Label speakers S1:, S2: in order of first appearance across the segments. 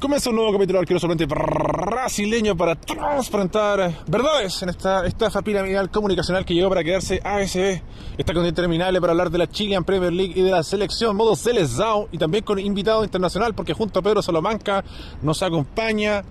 S1: Comienza un nuevo capítulo del arquero solamente brasileño para transparentar verdades en esta estafa piramidal comunicacional que llegó para quedarse ASB. Está con interminable para hablar de la Chilean Premier League y de la selección modo selección y también con invitado internacional porque junto a Pedro Salamanca nos acompaña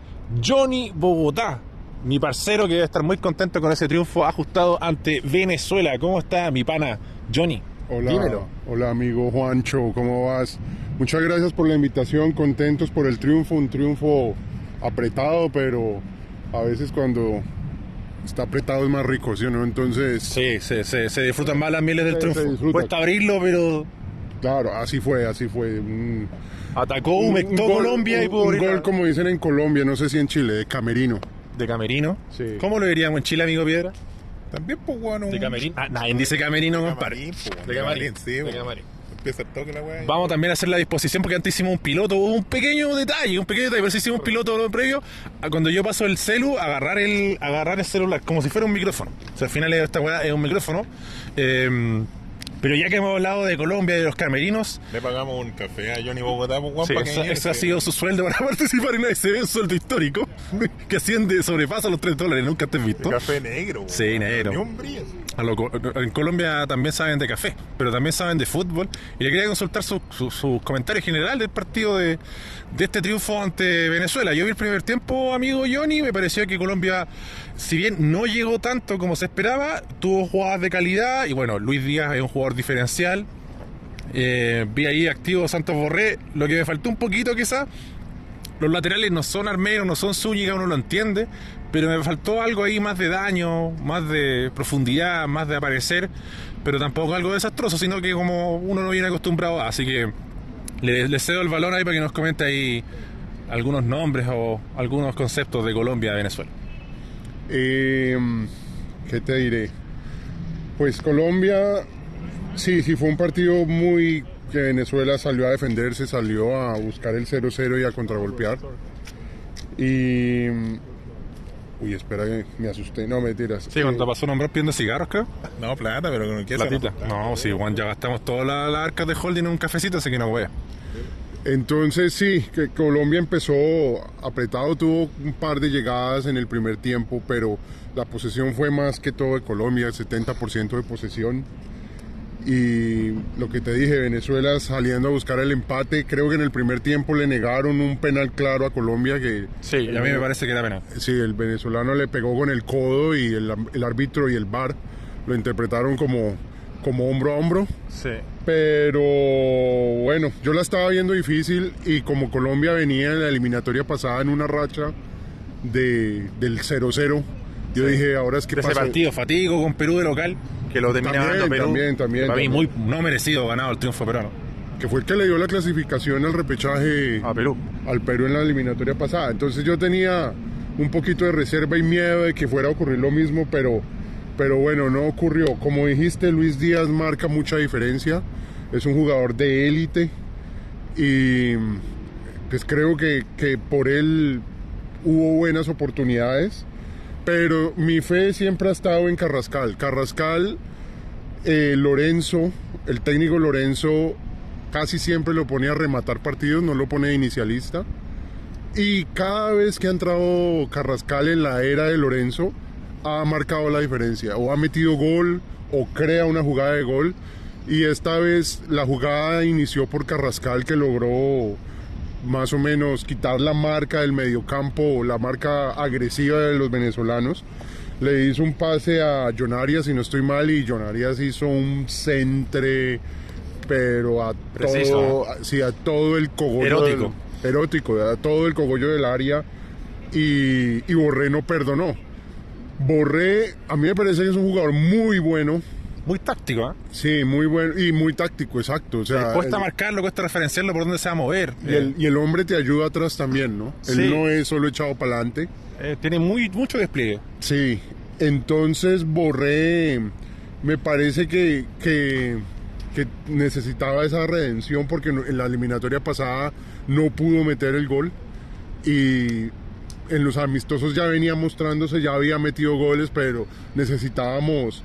S1: Johnny Bogotá. Mi parcero que debe estar muy contento con ese triunfo ajustado ante Venezuela. ¿Cómo está mi pana Johnny?
S2: Hola,
S3: Dímelo.
S2: hola amigo Juancho, ¿cómo vas? Muchas gracias por la invitación, contentos por el triunfo, un triunfo apretado, pero a veces cuando está apretado es más rico, ¿sí o no? Entonces,
S1: Sí, se, se, se disfrutan más las mieles del
S2: Se- se
S1: triunfo.
S2: disfruta.
S1: Cuesta abrirlo, pero
S2: claro, así fue, así fue. Un,
S1: atacó, humectó
S2: gol-
S1: Colombia y
S2: un-
S1: pudo
S2: un
S1: abrir
S2: gol,
S1: la-
S2: como dicen en Colombia, no sé si en Chile, de camerino.
S1: de camerino.
S2: Sí.
S1: ¿Cómo lo diríamos en Chile, amigo Piedra?
S3: También, pues, weón. un- pues,
S1: Ah, nadie dice camerino, compadre.
S3: Camarín,
S1: De
S3: po, de
S1: camarín,
S3: camarín, sí,
S1: de
S3: weón.
S1: camarín.
S3: pues. Empieza el toque la weá. y-
S1: Vamos también a hacer la disposición porque antes hicimos un piloto, hubo un pequeño detalle, un pequeño detalle, pero sí hicimos un piloto lo previo a cuando yo paso el celu, agarrar el, agarrar el celular, como si fuera un micrófono. O sea, al final esta weá es un micrófono. Eh, pero ya que hemos hablado de Colombia y de los camerinos,
S3: Le pagamos un café a Johnny Bogotá, pues, weón,
S1: Sí,
S3: para que
S1: esa-
S3: viniera,
S1: ese ha
S3: sí.
S1: sido su sueldo para participar en ese un sueldo histórico que asciende, sobrepasa los 3 dólares, nunca te has visto.
S3: Café negro, pues, weón.
S1: Sí, negro.
S3: Ni un brillo.
S1: A lo co- en Colombia también saben de café, pero también saben de fútbol. Y le quería consultar su, su, su comentario general del partido de, de este triunfo ante Venezuela. Yo vi el primer tiempo, amigo Johnny, me pareció que Colombia, si bien no llegó tanto como se esperaba, tuvo jugadas de calidad y bueno, Luis Díaz es un jugador diferencial. Eh, vi ahí activo Santos Borré, lo que me faltó un poquito quizás. Los laterales no son armeros, no son Zúñiga, uno lo entiende, pero me faltó algo ahí más de daño, más de profundidad, más de aparecer, pero tampoco algo desastroso, sino que como uno no viene acostumbrado a. Así que le, le cedo el balón ahí para que nos comente ahí algunos nombres o algunos conceptos de Colombia, de Venezuela.
S2: Eh, ¿Qué te diré? Pues Colombia, sí, sí, fue un partido muy que Venezuela salió a defenderse, salió a buscar el 0-0 y a contragolpear. Y... Uy, espera que me asusté, no me tiras.
S1: Sí, cuando pasó un hombre pidiendo cigarros, creo.
S3: No, plata, pero con qué se
S1: Platita.
S3: llama?
S1: No, sí, Juan, ya gastamos todas las las arcas de holding en un cafecito, así que no voy.
S2: Entonces sí, que Colombia empezó apretado, tuvo un par de llegadas en el primer tiempo, pero la posesión fue más que todo de Colombia, el 70% de posesión. Y lo que te dije, Venezuela saliendo a buscar el empate, creo que en el primer tiempo le negaron un penal claro a Colombia que
S1: Sí, y a mí me parece que era pena.
S2: sí, el venezolano le pegó con el codo y el, el árbitro y el VAR lo interpretaron como, como hombro a hombro.
S1: Sí.
S2: Pero bueno, yo la estaba viendo difícil y como Colombia venía en la eliminatoria pasada en una racha de, del 0-0, yo dije, ahora es que
S1: de ese
S2: pasa-
S1: partido fatigo con Perú de local que lo terminaba
S2: También,
S1: ganando Perú
S2: también, también,
S1: para mí
S2: también.
S1: muy no merecido ganado el triunfo peruano
S2: que fue el que le dio la clasificación al repechaje
S1: a Perú
S2: al Perú en la eliminatoria pasada. Entonces yo tenía un poquito de reserva y miedo de que fuera a ocurrir lo mismo, pero, pero bueno, no ocurrió. Como dijiste, Luis Díaz marca mucha diferencia. Es un jugador de élite y pues creo que, que por él hubo buenas oportunidades. Pero mi fe siempre ha estado en Carrascal. Carrascal eh, Lorenzo, el técnico Lorenzo, casi siempre lo pone a rematar partidos, no lo pone de inicialista. Y cada vez que ha entrado Carrascal en la era de Lorenzo, ha marcado la diferencia. O ha metido gol, o crea una jugada de gol. Y esta vez la jugada inició por Carrascal, que logró más o menos quitar la marca del mediocampo, la marca agresiva de los venezolanos. Le hizo un pase a John Arias, si no estoy mal, y John Arias hizo un centre, pero a
S1: Preciso.
S2: todo, sí, a todo el cogollo.
S1: Erótico.
S2: del- erótico, a todo el cogollo del área. Y, y Borré no perdonó. Borré, a mí me parece que es un jugador muy bueno.
S1: muy táctico ¿eh?
S2: Sí, muy bueno y muy táctico, exacto. O sea,
S1: cuesta
S2: el-
S1: marcarlo cuesta referenciarlo por dónde se va a mover
S2: y el, y el hombre te ayuda atrás también, ¿no?
S1: Sí.
S2: Él no es solo echado para adelante.
S1: Eh, tiene muy mucho despliegue
S2: Sí, entonces Borré me parece que, que, que necesitaba esa redención porque no- en la eliminatoria pasada no pudo meter el gol y en los amistosos ya venía mostrándose, ya había metido goles, pero necesitábamos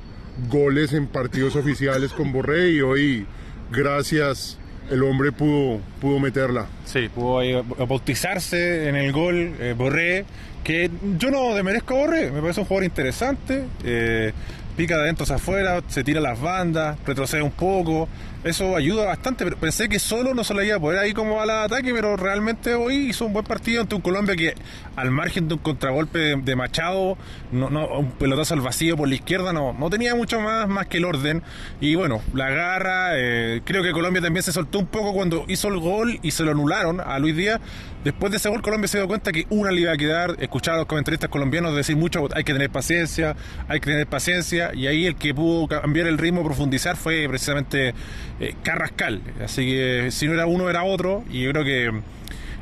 S2: goles en partidos oficiales con Borré y hoy gracias el hombre pudo, pudo meterla.
S1: Sí, pudo ahí bautizarse en el gol eh, Borré, que yo no demerezco a Borré, me parece un jugador interesante. eh, pica de adentro hacia afuera, se tira las bandas, retrocede un poco. Eso ayuda bastante, pero pensé que solo no se le iba a poder ahí como al ataque, pero realmente hoy hizo un buen partido ante un Colombia que al margen de un contragolpe de, de Machado, no, no, un pelotazo al vacío por la izquierda, no, no tenía mucho más, más que el orden. Y bueno, la garra, eh, creo que Colombia también se soltó un poco cuando hizo el gol y se lo anularon a Luis Díaz. Después de ese gol Colombia se dio cuenta que una le iba a quedar, escuchar a los comentaristas colombianos decir mucho, hay que tener paciencia, hay que tener paciencia, y ahí el que pudo cambiar el ritmo, profundizar, fue precisamente eh, Carrascal. Así que eh, si no era uno, era otro, y yo creo que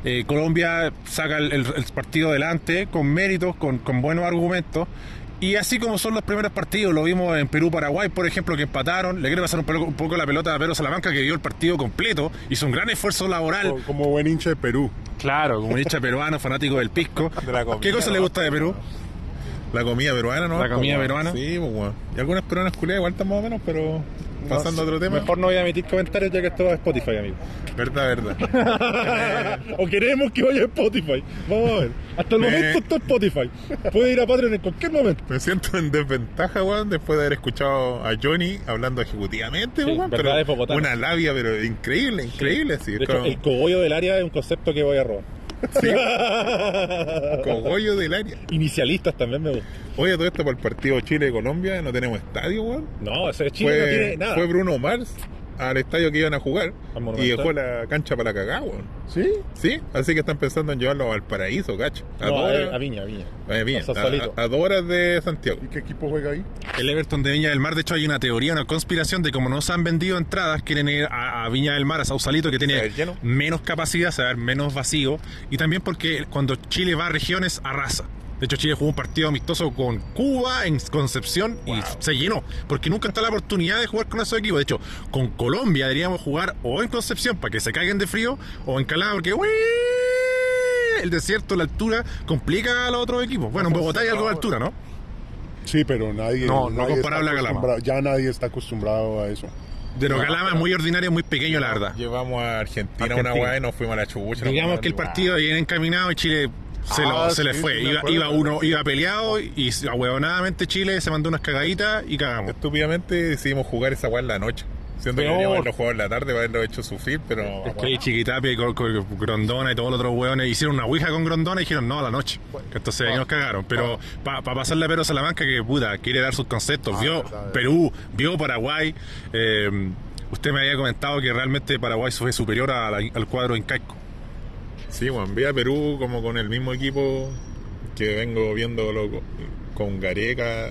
S1: eh, Colombia saca el, el- el partido adelante con méritos, con, con buenos argumentos. Y así como son los primeros partidos, lo vimos en Perú-Paraguay, por ejemplo, que empataron. Le quiere pasar un, pelo- un poco la pelota a Pedro Salamanca, que dio el partido completo. Hizo un gran esfuerzo laboral.
S2: Como, como buen hincha de Perú.
S1: Claro, como un hincha peruano, fanático del pisco.
S3: De la comida,
S1: ¿Qué cosa le
S3: ¿no?
S1: gusta de Perú?
S3: La comida peruana, ¿no?
S1: La comida
S3: Pues, weón.
S1: peruana.
S3: Sí, pues, weón. Y algunas peruanas culiadas igual están más o menos, pero pasando a otro tema.
S1: Mejor no voy a emitir comentarios ya que esto va a Spotify, amigo.
S3: Verdad, verdad.
S4: O queremos que vaya a Spotify. Vamos a ver. Hasta el
S1: Eh,
S3: Me-
S4: momento está Spotify. Puede ir a Patreon en cualquier momento.
S3: Me siento en desventaja, weón, después de haber escuchado a Johnny hablando ejecutivamente,
S4: Sí,
S3: weón.
S4: verdad, es
S3: Pero
S4: bogotano.
S3: una labia, pero increíble, increíble. así,
S4: De hecho,
S3: como
S4: el cogollo del área es un concepto que voy a robar.
S3: cogollo del área.
S4: Inicialistas también me gusta.
S3: Oye, todo esto para el partido Chile-Colombia, no tenemos estadio, weón.
S4: No, ese Chile no
S3: Fue,
S4: tiene nada.
S3: fue Bruno Mars al estadio que iban a jugar
S4: Al
S3: y
S4: Monumental.
S3: dejó la cancha para la cagada, weón.
S2: ¿Sí?
S3: Sí, así que están pensando en llevarlo al paraíso, cacho. A
S4: No,
S3: dos
S4: a,
S3: horas-
S4: a Viña, a Viña.
S3: eh, bien,
S4: a Sausalito.
S3: a- a dos horas de Santiago.
S2: ¿Y qué equipo juega ahí?
S1: El Everton de Viña del Mar, de hecho, hay una teoría, una conspiración de como no se han vendido entradas, quieren ir a, a Viña del Mar, a Sausalito, que
S3: Se va a
S1: tiene
S3: ver lleno.
S1: menos capacidad, se va a ver menos vacío. Y también porque cuando Chile va a regiones, arrasa. De hecho, Chile jugó un partido amistoso con Cuba en Concepción y se llenó, porque nunca está la oportunidad de jugar con esos equipos. De hecho, con Colombia deberíamos jugar o en Concepción para que se caguen de frío o en Calama, porque ¡ué! el desierto, la altura, complica a los otros equipos. Bueno, en Bogotá hay algo de altura, ¿no?
S2: Sí, pero nadie.
S1: No, no
S2: nadie
S1: comparable
S2: está
S1: a Calama.
S2: acostumbrado- Ya nadie está acostumbrado a eso.
S1: Pero Calama es muy ordinario, muy pequeño, la verdad.
S3: Llevamos a Argentina,
S1: Argentina.
S3: una weá y nos fuimos a la chubucha.
S1: Digamos que el partido viene encaminado y Chile se,
S2: Ah,
S1: lo- se
S2: sí,
S1: le
S2: sí,
S1: fue.
S2: me
S1: Iba,
S2: acuerdo.
S1: iba uno, iba peleado y ahueonadamente Chile se mandó unas cagaditas y cagamos.
S3: Estúpidamente decidimos jugar esa weá en la noche. Siento que
S1: Peor.
S3: deberíamos haberlo jugado en la tarde, haberlo hecho sufrir, pero.
S1: Es que ahí Chiquitapia y Gro- Gro- Grondona y todos los otros hueones hicieron una ouija con Grondona y dijeron no a la noche. Entonces
S2: Ah.
S1: ahí nos cagaron. Pero para pasarle a Pedro Salamanca, que puta, quiere dar sus conceptos.
S2: Ah,
S1: Vio Perú, vio Paraguay. Eh, usted me había comentado que realmente Paraguay fue superior a la- al cuadro incaico.
S3: Sí, weón, vi a Perú como con el mismo equipo que vengo viendo loco, con Gareca.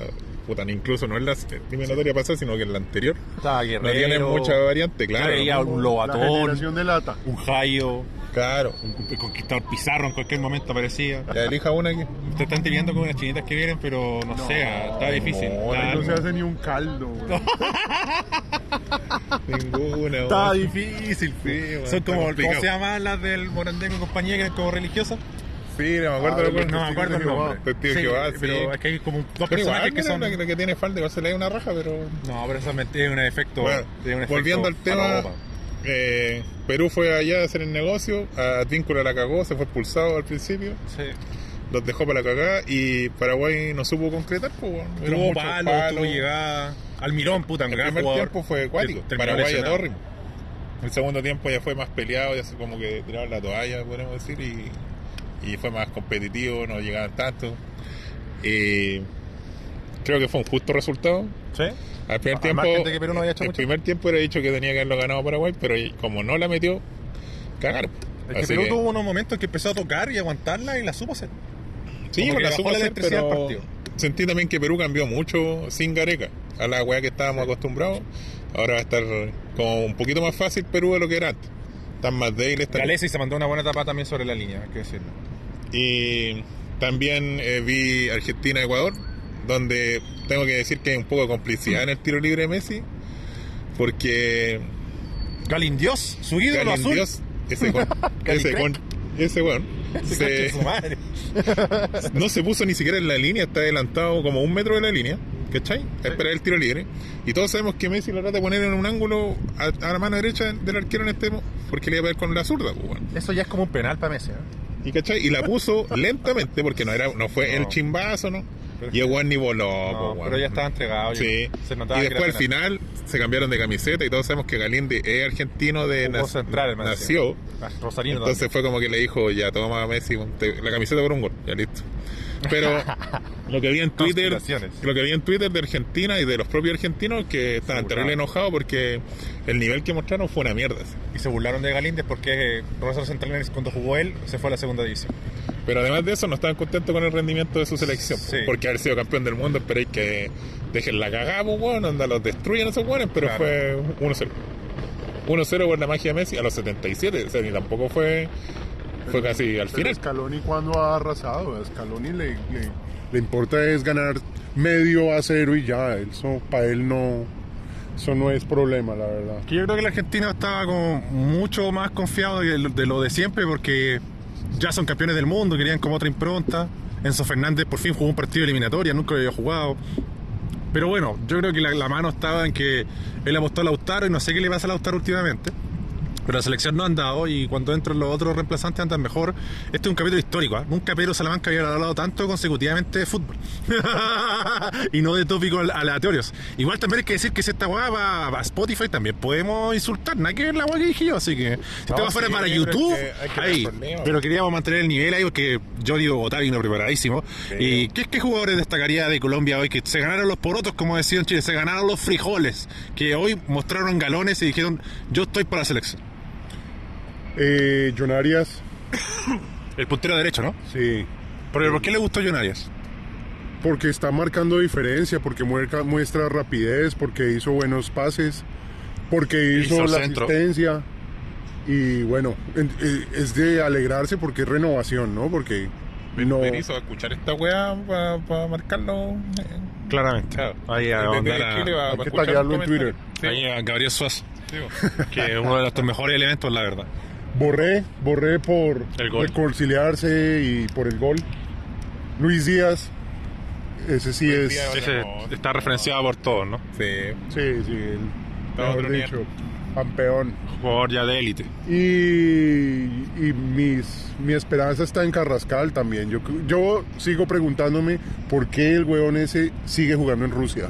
S3: Puta, incluso no en la eliminatoria pasada, sino que en la anterior. No tiene mucha variante, claro.
S1: Traía
S3: ¿no?
S1: un
S2: La
S1: lobatón,
S2: generación de lata.
S1: un jayo.
S3: Claro.
S1: El conquistador Pizarro en cualquier momento aparecía.
S3: Ya elija una aquí.
S1: Te están teniendo con unas chinitas que vienen, pero no, sé, está difícil.
S3: no,
S1: Está-
S2: No se hace ni un caldo. güey.
S3: Ninguna.
S2: Está
S3: weón.
S2: difícil,
S3: Sí, weón,
S1: Son
S3: está
S1: como, ¿cómo
S3: complicado.
S1: se llaman las del Morandengo y compañía que eran como religiosas?
S3: Sí, no me acuerdo,
S2: Ah,
S3: lo que-
S2: Testigos
S1: No me acuerdo el
S2: de Jehová.
S1: nombre.
S3: Testigos de Jehová, sí.
S1: Pero es que hay como dos
S3: Pero igual,
S1: personajes que
S3: mira,
S1: son...
S3: la que- la que tiene falda, igual se le da una raja, pero.
S1: No, pero eso es un efecto...
S3: Bueno,
S1: tiene un efecto
S3: volviendo al tema,
S1: falopa.
S3: eh, Perú fue allá a hacer el negocio, a Advíncula la cagó, se fue expulsado al principio,
S1: Sí.
S3: los dejó para la cagada y Paraguay no supo concretar. Pues, bueno, hubieron
S1: Tuvo
S3: muchos
S1: palo, tuvo llegada... Almirón, puta, un
S3: El
S1: gran
S3: primer
S1: jugador.
S3: tiempo fue acuático,
S1: Terminó
S3: Paraguay a
S1: lesionado.
S3: todo ritmo. El segundo tiempo ya fue más peleado, ya se como que tiraron la toalla, podemos decir, y, y fue más competitivo, no llegaban tanto. Eh, creo que fue un justo resultado.
S1: Sí.
S3: Al primer
S1: Al
S3: tiempo,
S1: margen de que Perú no había hecho
S3: el
S1: mucho.
S3: primer tiempo era dicho que tenía que haberlo ganado Paraguay, pero como no la metió, cagar.
S1: Es que
S3: Así
S1: Perú
S3: que-
S1: tuvo unos momentos que empezó a tocar y aguantarla y la supo hacer.
S3: sí,
S1: como
S3: con
S1: que
S3: la
S1: bajó
S3: supo
S1: la
S3: hacer,
S1: electricidad
S3: pero
S1: al partido.
S3: Sentí también que Perú cambió mucho sin Gareca, a la weá que estábamos acostumbrados. Ahora va a estar como un poquito más fácil Perú de lo que era antes. Están más débiles. están-
S1: Galesi se mandó una buena tapa también sobre la línea, hay que decirlo.
S3: Y también eh, vi Argentina-Ecuador, donde tengo que decir que hay un poco de complicidad en el tiro libre de Messi, porque
S1: Galindios, su ídolo azul.
S3: Galindios, ese weón, ese weón, ese weón, se-
S1: Su madre.
S3: no se puso ni siquiera en la línea, está adelantado como un metro de la línea. ¿Cachai? A Esperar el tiro libre. Y todos sabemos que Messi lo trata de poner en un ángulo a, a la mano derecha del arquero en este porque le iba a pegar con la zurda, pues, weón.
S5: Eso ya es como un penal para Messi. ¿eh?
S3: ¿Y cachai? Y la puso lentamente porque no era no fue el chimbazo, ¿no? Y el weón ni voló,
S1: Oh,
S5: No,
S3: pues, weón.
S5: pero ya estaba entregado. yo
S3: Sí.
S5: creo. Se
S3: y
S5: notaba que era
S3: después al
S5: penal.
S3: final se cambiaron de camiseta y todos sabemos que Galindi es argentino de
S5: Jugó
S3: nac-
S5: central, el Messi.
S3: nació.
S5: Ah, Rosarino
S3: Entonces fue como que le dijo, ya toma Messi ponte la camiseta por un gol, ya listo. Pero lo que vi en Twitter,
S5: Conspiraciones.
S3: lo que vi en Twitter de Argentina y de los propios argentinos que estaban
S5: Segurado.
S3: terrible enojados porque el nivel que mostraron fue una mierda. así.
S5: también. Y se burlaron de Galíndez porque eh, Rosario Central cuando jugó él se fue a la segunda división.
S3: Pero además de eso no estaban contentos con el rendimiento de su selección,
S5: Sí.
S3: porque haber sido campeón del mundo esperéis que dejen la cagada, pues, weón, onda, los destruyen esos weones, pero
S5: Claro.
S3: fue 1-0. 1-0 por la magia de Messi a los 77, o sea, ni tampoco fue fue casi al
S2: Pero
S3: final.
S2: Scaloni cuando ha arrasado, a Scaloni le, le- le importa es ganar medio a cero y ya, eso para él no, eso no es problema, la verdad.
S1: Que yo creo que el argentino estaba como mucho más confiado de lo de, lo de siempre porque ya son campeones del mundo, querían como otra impronta. Enzo Fernández por fin jugó un partido de eliminatoria, nunca lo había jugado. Pero bueno, yo creo que la, la mano estaba en que él apostó a Lautaro y no sé qué le pasa a Lautaro últimamente. Pero la selección no ha andado y cuando entran los otros reemplazantes andan mejor. Este es un capítulo histórico. ¿ah? Nunca Pedro Salamanca había hablado tanto consecutivamente de fútbol. y no de tópicos aleatorios. Igual también hay que decir que si esta weá va a Spotify también podemos insultar. Nada que ver la weá que dije yo. Así que si esta
S3: No,
S1: weá fuera
S3: sí,
S1: para
S3: yo creo
S1: YouTube,
S3: que hay que ver
S1: ahí.
S3: el torneo.
S1: Pero queríamos mantener el nivel ahí porque yo digo Otavino preparadísimo. ¿Y qué, qué jugadores destacaría de Colombia hoy? Que se ganaron los porotos, como decían en Chile, se ganaron los frijoles. Que hoy mostraron galones y dijeron, yo estoy para la selección.
S2: Eh, John Arias,
S1: El puntero derecho, ¿no?
S2: sí,
S1: Pero ¿por qué le gustó John Arias?
S2: porque está marcando diferencia, porque muerca- muestra rapidez, porque hizo buenos pases, porque hizo,
S1: Hizo
S2: la
S1: centro.
S2: asistencia. Y bueno, en- eh, es de alegrarse porque es renovación, ¿no? Porque no,
S3: Me hizo escuchar esta weá para marcarlo. eh,
S1: Claramente.
S3: Claro.
S1: Ahí a,
S3: Desde
S1: mandar a-
S3: Chile va- va
S2: hay que
S3: escuchar
S2: taguearlo en
S3: el
S2: Twitter.
S3: comentario.
S1: ahí a Gabriel Suazo,
S3: Sí, sí, bo.
S1: que es uno de nuestros mejores elementos, la verdad.
S2: Borré, borré por
S1: El gol.
S2: reconciliarse y por el gol. Luis Díaz, ese sí es.
S3: Díaz.
S1: Ese está referenciado por todos, ¿no?
S3: Sí.
S2: Sí, sí, el,
S3: Está
S2: mejor
S3: otro nivel.
S2: dicho, campeón.
S1: Jugador ya de élite.
S2: Y, y mis, mi esperanza está en Carrascal también. Yo, yo sigo preguntándome por qué el huevón ese sigue jugando en Rusia.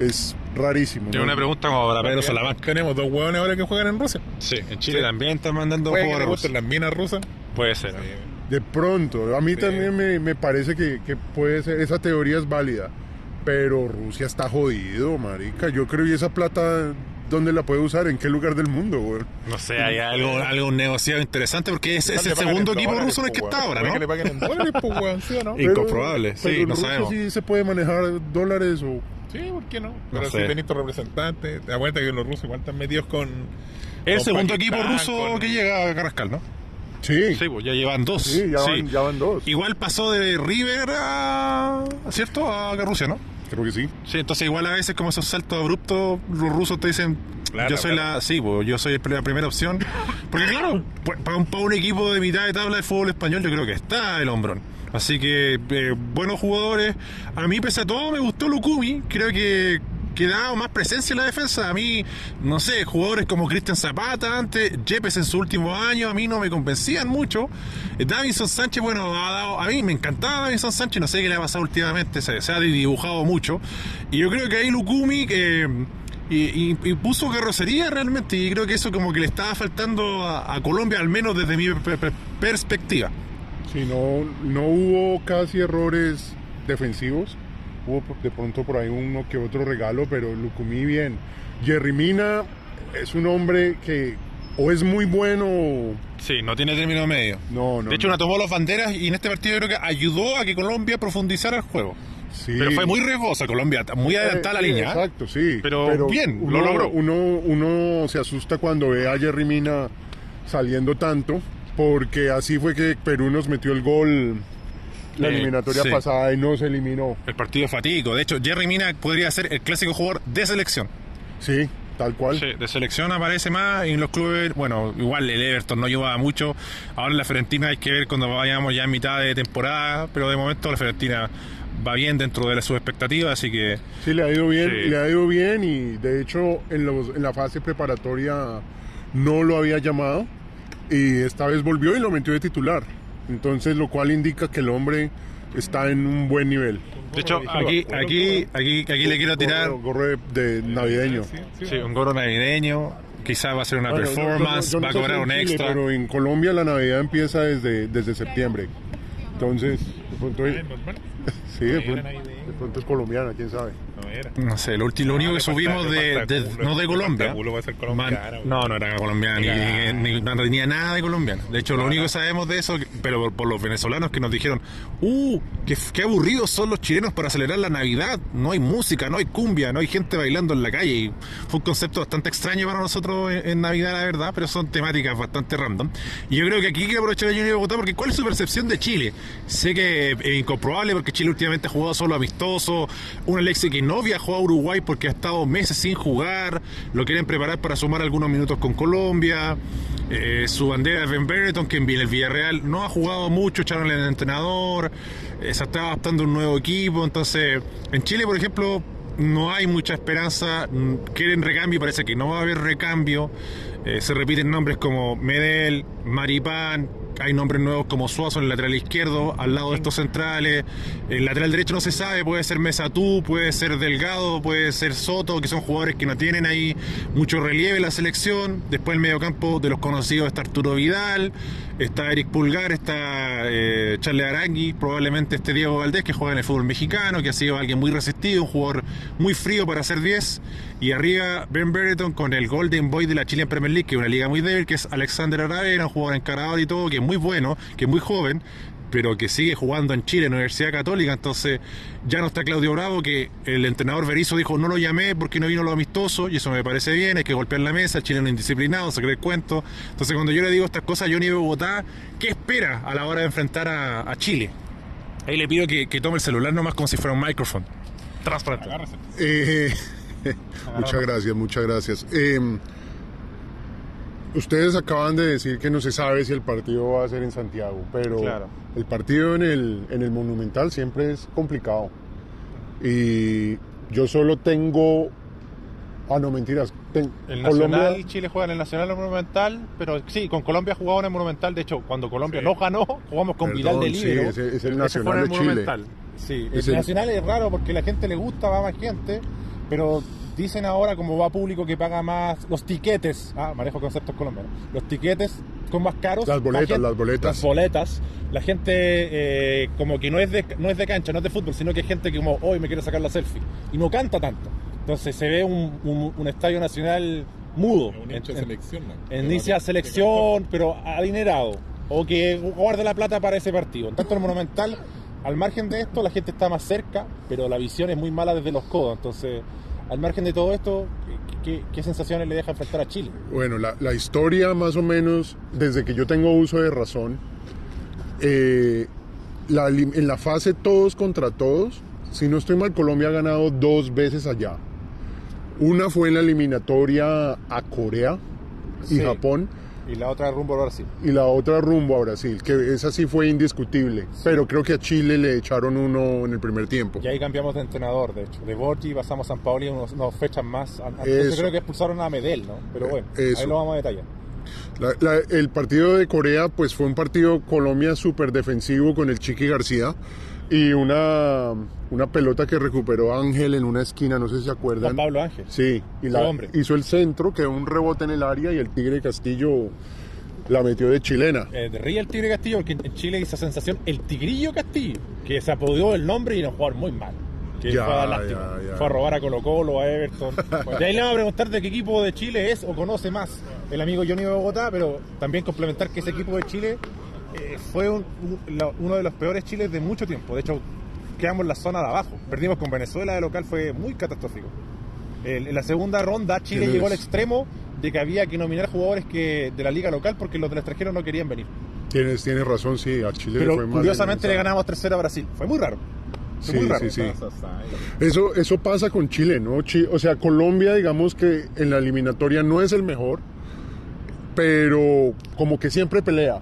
S2: Es rarísimo.
S1: Tiene
S2: ¿no?
S1: una pregunta como para Pedro Salamanca.
S3: Tenemos dos hueones ahora que juegan en Rusia.
S1: Sí, en Chile también están mandando
S3: Puede que le
S1: jugadores.
S3: gusten las minas rusas. Eh,
S1: Puede ser. ¿no?
S2: De pronto, a mí también me, me parece que, que puede ser, esa teoría es válida, pero Rusia está jodido, marica. Yo creo, ¿y esa plata dónde la puede usar? ¿En qué lugar del mundo, güey?
S1: No sé, hay algo, algo negociado interesante porque es, es
S3: Ojalá
S1: el
S3: le paguen
S1: segundo
S3: en
S1: equipo
S3: dólares,
S1: ruso en el que
S3: pues,
S1: está ahora,
S3: weón.
S1: ¿no?
S3: Que le paguen en dólares, pues, weón, ¿sí o no?
S1: Y- Incomprobable, sí,
S2: pero en
S1: no
S2: Rusia
S1: sabemos.
S2: sí se puede manejar dólares o...
S3: Sí, ¿por qué no? Pero
S1: No
S3: si
S1: sé.
S3: tenés tus representantes, te acuerdas que los rusos igual están metidos con.
S1: El
S3: con
S1: segundo equipo
S3: Pakistán,
S1: ruso
S3: con-
S1: que llega a Carrascal, ¿no?
S2: Sí,
S1: Sí, pues ya llevan dos.
S2: sí, ya,
S1: Sí.
S2: Van, ya van dos.
S1: Igual pasó de River a. ¿Cierto? A Rusia, ¿no?
S2: Creo que sí.
S1: Sí, entonces igual a veces como esos saltos abruptos, los rusos te dicen,
S3: Plata,
S1: yo soy la, sí, po, yo soy el- la primera opción. Porque claro, pa- para un, para un equipo de mitad de tabla de fútbol español yo creo que está el hombrón. Así que eh, buenos jugadores. A mí pese a todo me gustó Lukumi, creo que que da más presencia en la defensa. A mí, no sé, jugadores como Cristian Zapata antes, Yepes en su último año, a mí no me convencían mucho. Eh, Davinson Sánchez, bueno, ha dado, a mí me encantaba Davinson Sánchez, no sé qué le ha pasado últimamente, se, se ha dibujado mucho. Y yo creo que ahí Lukumi... Eh, y, y- y puso carrocería realmente y creo que eso como que le estaba faltando a, a Colombia, al menos desde mi per- per- perspectiva.
S2: Sí, no, no hubo casi errores defensivos. Hubo por- de pronto por ahí uno que otro regalo, pero Lucumí bien. Jerry Mina es un hombre que o es muy bueno o...
S1: Sí, no tiene término medio.
S2: No, no.
S1: De hecho,
S2: no.
S1: una tomó las banderas y en este partido yo creo que ayudó a que Colombia profundizara el juego.
S2: Sí.
S1: Pero fue muy riesgosa Colombia, muy adelantada la
S2: Eh, sí,
S1: línea. ¿eh?
S2: Exacto, sí.
S1: Pero bien,
S2: uno-
S1: lo logró.
S2: Uno, uno se asusta cuando ve a Jerry Mina saliendo tanto, porque así fue que Perú nos metió el gol la
S1: Eh,
S2: eliminatoria
S1: sí.
S2: pasada y no se eliminó.
S1: El partido es fatídico. De hecho, Jerry Mina podría ser el clásico jugador de selección.
S2: Sí, tal cual.
S1: Sí, de selección aparece más y en los clubes, bueno, igual el Everton no ayudaba mucho. Ahora en la Fiorentina hay que ver cuando vayamos ya en mitad de temporada, pero de momento la Fiorentina va bien dentro de las- sus expectativas, así que
S2: Sí, le ha ido bien,
S1: Sí.
S2: le ha ido bien y de hecho en, los- en la fase preparatoria no lo había llamado y esta vez volvió y lo metió de titular. Entonces, lo cual indica que el hombre está en un buen nivel.
S1: de hecho aquí aquí aquí aquí le quiero tirar
S2: Gorro, gorro de, de navideño.
S1: sí, un gorro navideño, quizás va a ser una
S2: Bueno, yo- yo-
S1: performance,
S2: yo no
S1: va a
S2: sé
S1: cobrar
S2: si en
S1: un
S2: Chile,
S1: extra.
S2: Pero en Colombia la Navidad empieza desde, desde septiembre. Entonces, de pronto, sí, de pronto, de pronto es colombiana, quién sabe.
S3: No era.
S1: No sé, lo, ulti- lo único que subimos de, de- no de Colombia.
S3: va a ser
S1: Man-
S3: colombiana.
S1: no, no era colombiana, ni- ni, ni- no tenía nada de colombiana. De hecho, lo único que sabemos de eso, pero por, por los venezolanos que nos dijeron, ¡uh! Qué, qué aburridos son los chilenos para celebrar la Navidad! No hay música, no hay cumbia, no hay gente bailando en la calle. Y fue un concepto bastante extraño para nosotros en, en Navidad, la verdad, pero son temáticas bastante random. Y yo creo que aquí quiero aprovechar a Junior de Bogotá porque ¿cuál es su percepción de Chile? Sé que es incomprobable porque Chile últimamente ha jugado solo amistoso. Una Alexis que no viajó a Uruguay porque ha estado meses sin jugar. Lo quieren preparar para sumar algunos minutos con Colombia. Eh, su bandera es Ben Brereton, que en el Villarreal no ha jugado mucho, echaron al entrenador. Eh, se está adaptando a un nuevo equipo. Entonces, en Chile, por ejemplo, no hay mucha esperanza. mm, Quieren recambio, parece que no va a haber recambio. Eh, se repiten nombres como Medel, Maripán. Hay nombres nuevos como Suazo en el lateral izquierdo, al lado de estos centrales. El lateral derecho no se sabe, puede ser Mesatú, puede ser Delgado, puede ser Soto, que son jugadores que no tienen ahí mucho relieve en la selección. Después el mediocampo de los conocidos está Arturo Vidal, está Eric Pulgar, está eh, Charles Arangui, probablemente este Diego Valdés que juega en el fútbol mexicano, que ha sido alguien muy resistido, un jugador muy frío para ser 10. Y arriba Ben Brereton con el Golden Boy de la Chilean Premier League, que es una liga muy débil, que es Alexander Aravena, un jugador encarado y todo, que es muy bueno, que es muy joven, pero que sigue jugando en Chile, en la Universidad Católica. Entonces ya no está Claudio Bravo, que el entrenador Berizzo dijo no lo llamé porque no vino lo amistoso, y eso me parece bien, hay que golpear la mesa, el chileno indisciplinado, se cree el cuento. Entonces cuando yo le digo estas cosas a Johnny de Bogotá, ¿qué espera a la hora de enfrentar a, a Chile? Ahí le pido que, que tome el celular nomás como si fuera un micrófono. Transparente.
S2: Eh, muchas gracias, muchas gracias. Eh, ustedes acaban de decir que no se sabe si el partido va a ser en Santiago, pero
S5: Claro.
S2: el partido en el, en el Monumental siempre es complicado. Y yo solo tengo... Ah, no, mentiras. ten-
S5: El
S2: Colombia-
S5: Nacional, Chile juega en el Nacional en el Monumental, pero sí, con Colombia jugaba en el Monumental. De hecho, cuando Colombia no ganó, jugamos con Vidal
S2: Perdón,
S5: de
S2: sí,
S5: Libero.
S2: es el- es el
S5: Ese
S2: Nacional
S5: fue en
S2: de
S5: el
S2: Chile.
S5: Monumental. Sí, el
S2: Es el-
S5: Nacional es raro porque la gente le gusta, va más gente, pero dicen ahora, como va público que paga más, los tiquetes, ah, manejo conceptos colombianos, los tiquetes con más caros.
S2: Las
S5: la
S2: boletas,
S5: gente-
S2: las boletas.
S5: Las boletas. La gente eh, como que no es, de, no es de cancha, no es de fútbol, sino que es gente que como hoy me quiere sacar la selfie. Y no canta tanto. Entonces se ve un, un- un estadio nacional mudo.
S3: Un
S5: En-
S3: hincha de
S5: en-
S3: selección. ¿no?
S5: en inicia selección, pero adinerado. O que guarda la plata para ese partido. En tanto, el Monumental, al margen de esto, la gente está más cerca, pero la visión es muy mala desde los codos. Entonces, al margen de todo esto, ¿qué, qué- qué sensaciones le deja enfrentar a Chile?
S2: Bueno, la, la historia más o menos, desde que yo tengo uso de razón, eh, la li- en la fase todos contra todos, si no estoy mal, Colombia ha ganado dos veces allá. Una fue en la eliminatoria a Corea y
S5: Sí.
S2: Japón,
S5: Y la otra rumbo a Brasil.
S2: y la otra rumbo a Brasil, que esa sí fue indiscutible, pero creo que a Chile le echaron uno en el primer tiempo.
S5: Y ahí cambiamos de entrenador, de hecho. De Borgi pasamos a San Paoli unos, unas fechas más. An- antes
S2: Eso. Eh,
S5: Yo creo que expulsaron a Medel, ¿no? Pero bueno,
S2: Eso.
S5: ahí lo vamos a detallar.
S2: La- la- el partido de Corea, pues fue un partido Colombia súper defensivo con el Chiqui García y una, una pelota que recuperó Ángel en una esquina, no sé si se
S5: Juan
S2: acuerdan.
S5: Pablo Ángel.
S2: Sí, y la,
S5: Hombre.
S2: hizo el centro, quedó un rebote en el área y el Tigre Castillo la metió de chilena.
S5: eh, de ríe el Tigre Castillo, porque en Chile hizo sensación el Tigrillo Castillo, que se apoderó el nombre y era un jugador muy mal. Que
S2: Ya,
S5: fue a dar lástima.
S2: ya, ya.
S5: Fue a robar a Colo Colo, a Everton. Bueno, de ahí le vamos a preguntar de qué equipo de Chile es o conoce más el amigo Johnny de Bogotá, pero también complementar que ese equipo de Chile eh, fue un- un- la- uno de los peores chiles de mucho tiempo. De hecho, quedamos en la zona de abajo. Perdimos con Venezuela de local, fue muy catastrófico. El- en la segunda ronda, Chile
S2: ¿Quién
S5: llegó al
S2: es?
S5: extremo de que había que nominar jugadores que de la liga local porque los del extranjero no querían venir.
S2: Tienes, tienes razón, sí, a Chile le fue
S5: Pero
S2: mal.
S5: curiosamente
S2: en
S5: le
S2: esa-
S5: ganamos 3-0 a Brasil. Fue muy raro. Fue
S2: Sí,
S5: muy raro.
S2: sí, sí. Eso, eso pasa con Chile, ¿no? Chi- o sea, Colombia, digamos que en la eliminatoria no es el mejor, pero como que siempre pelea.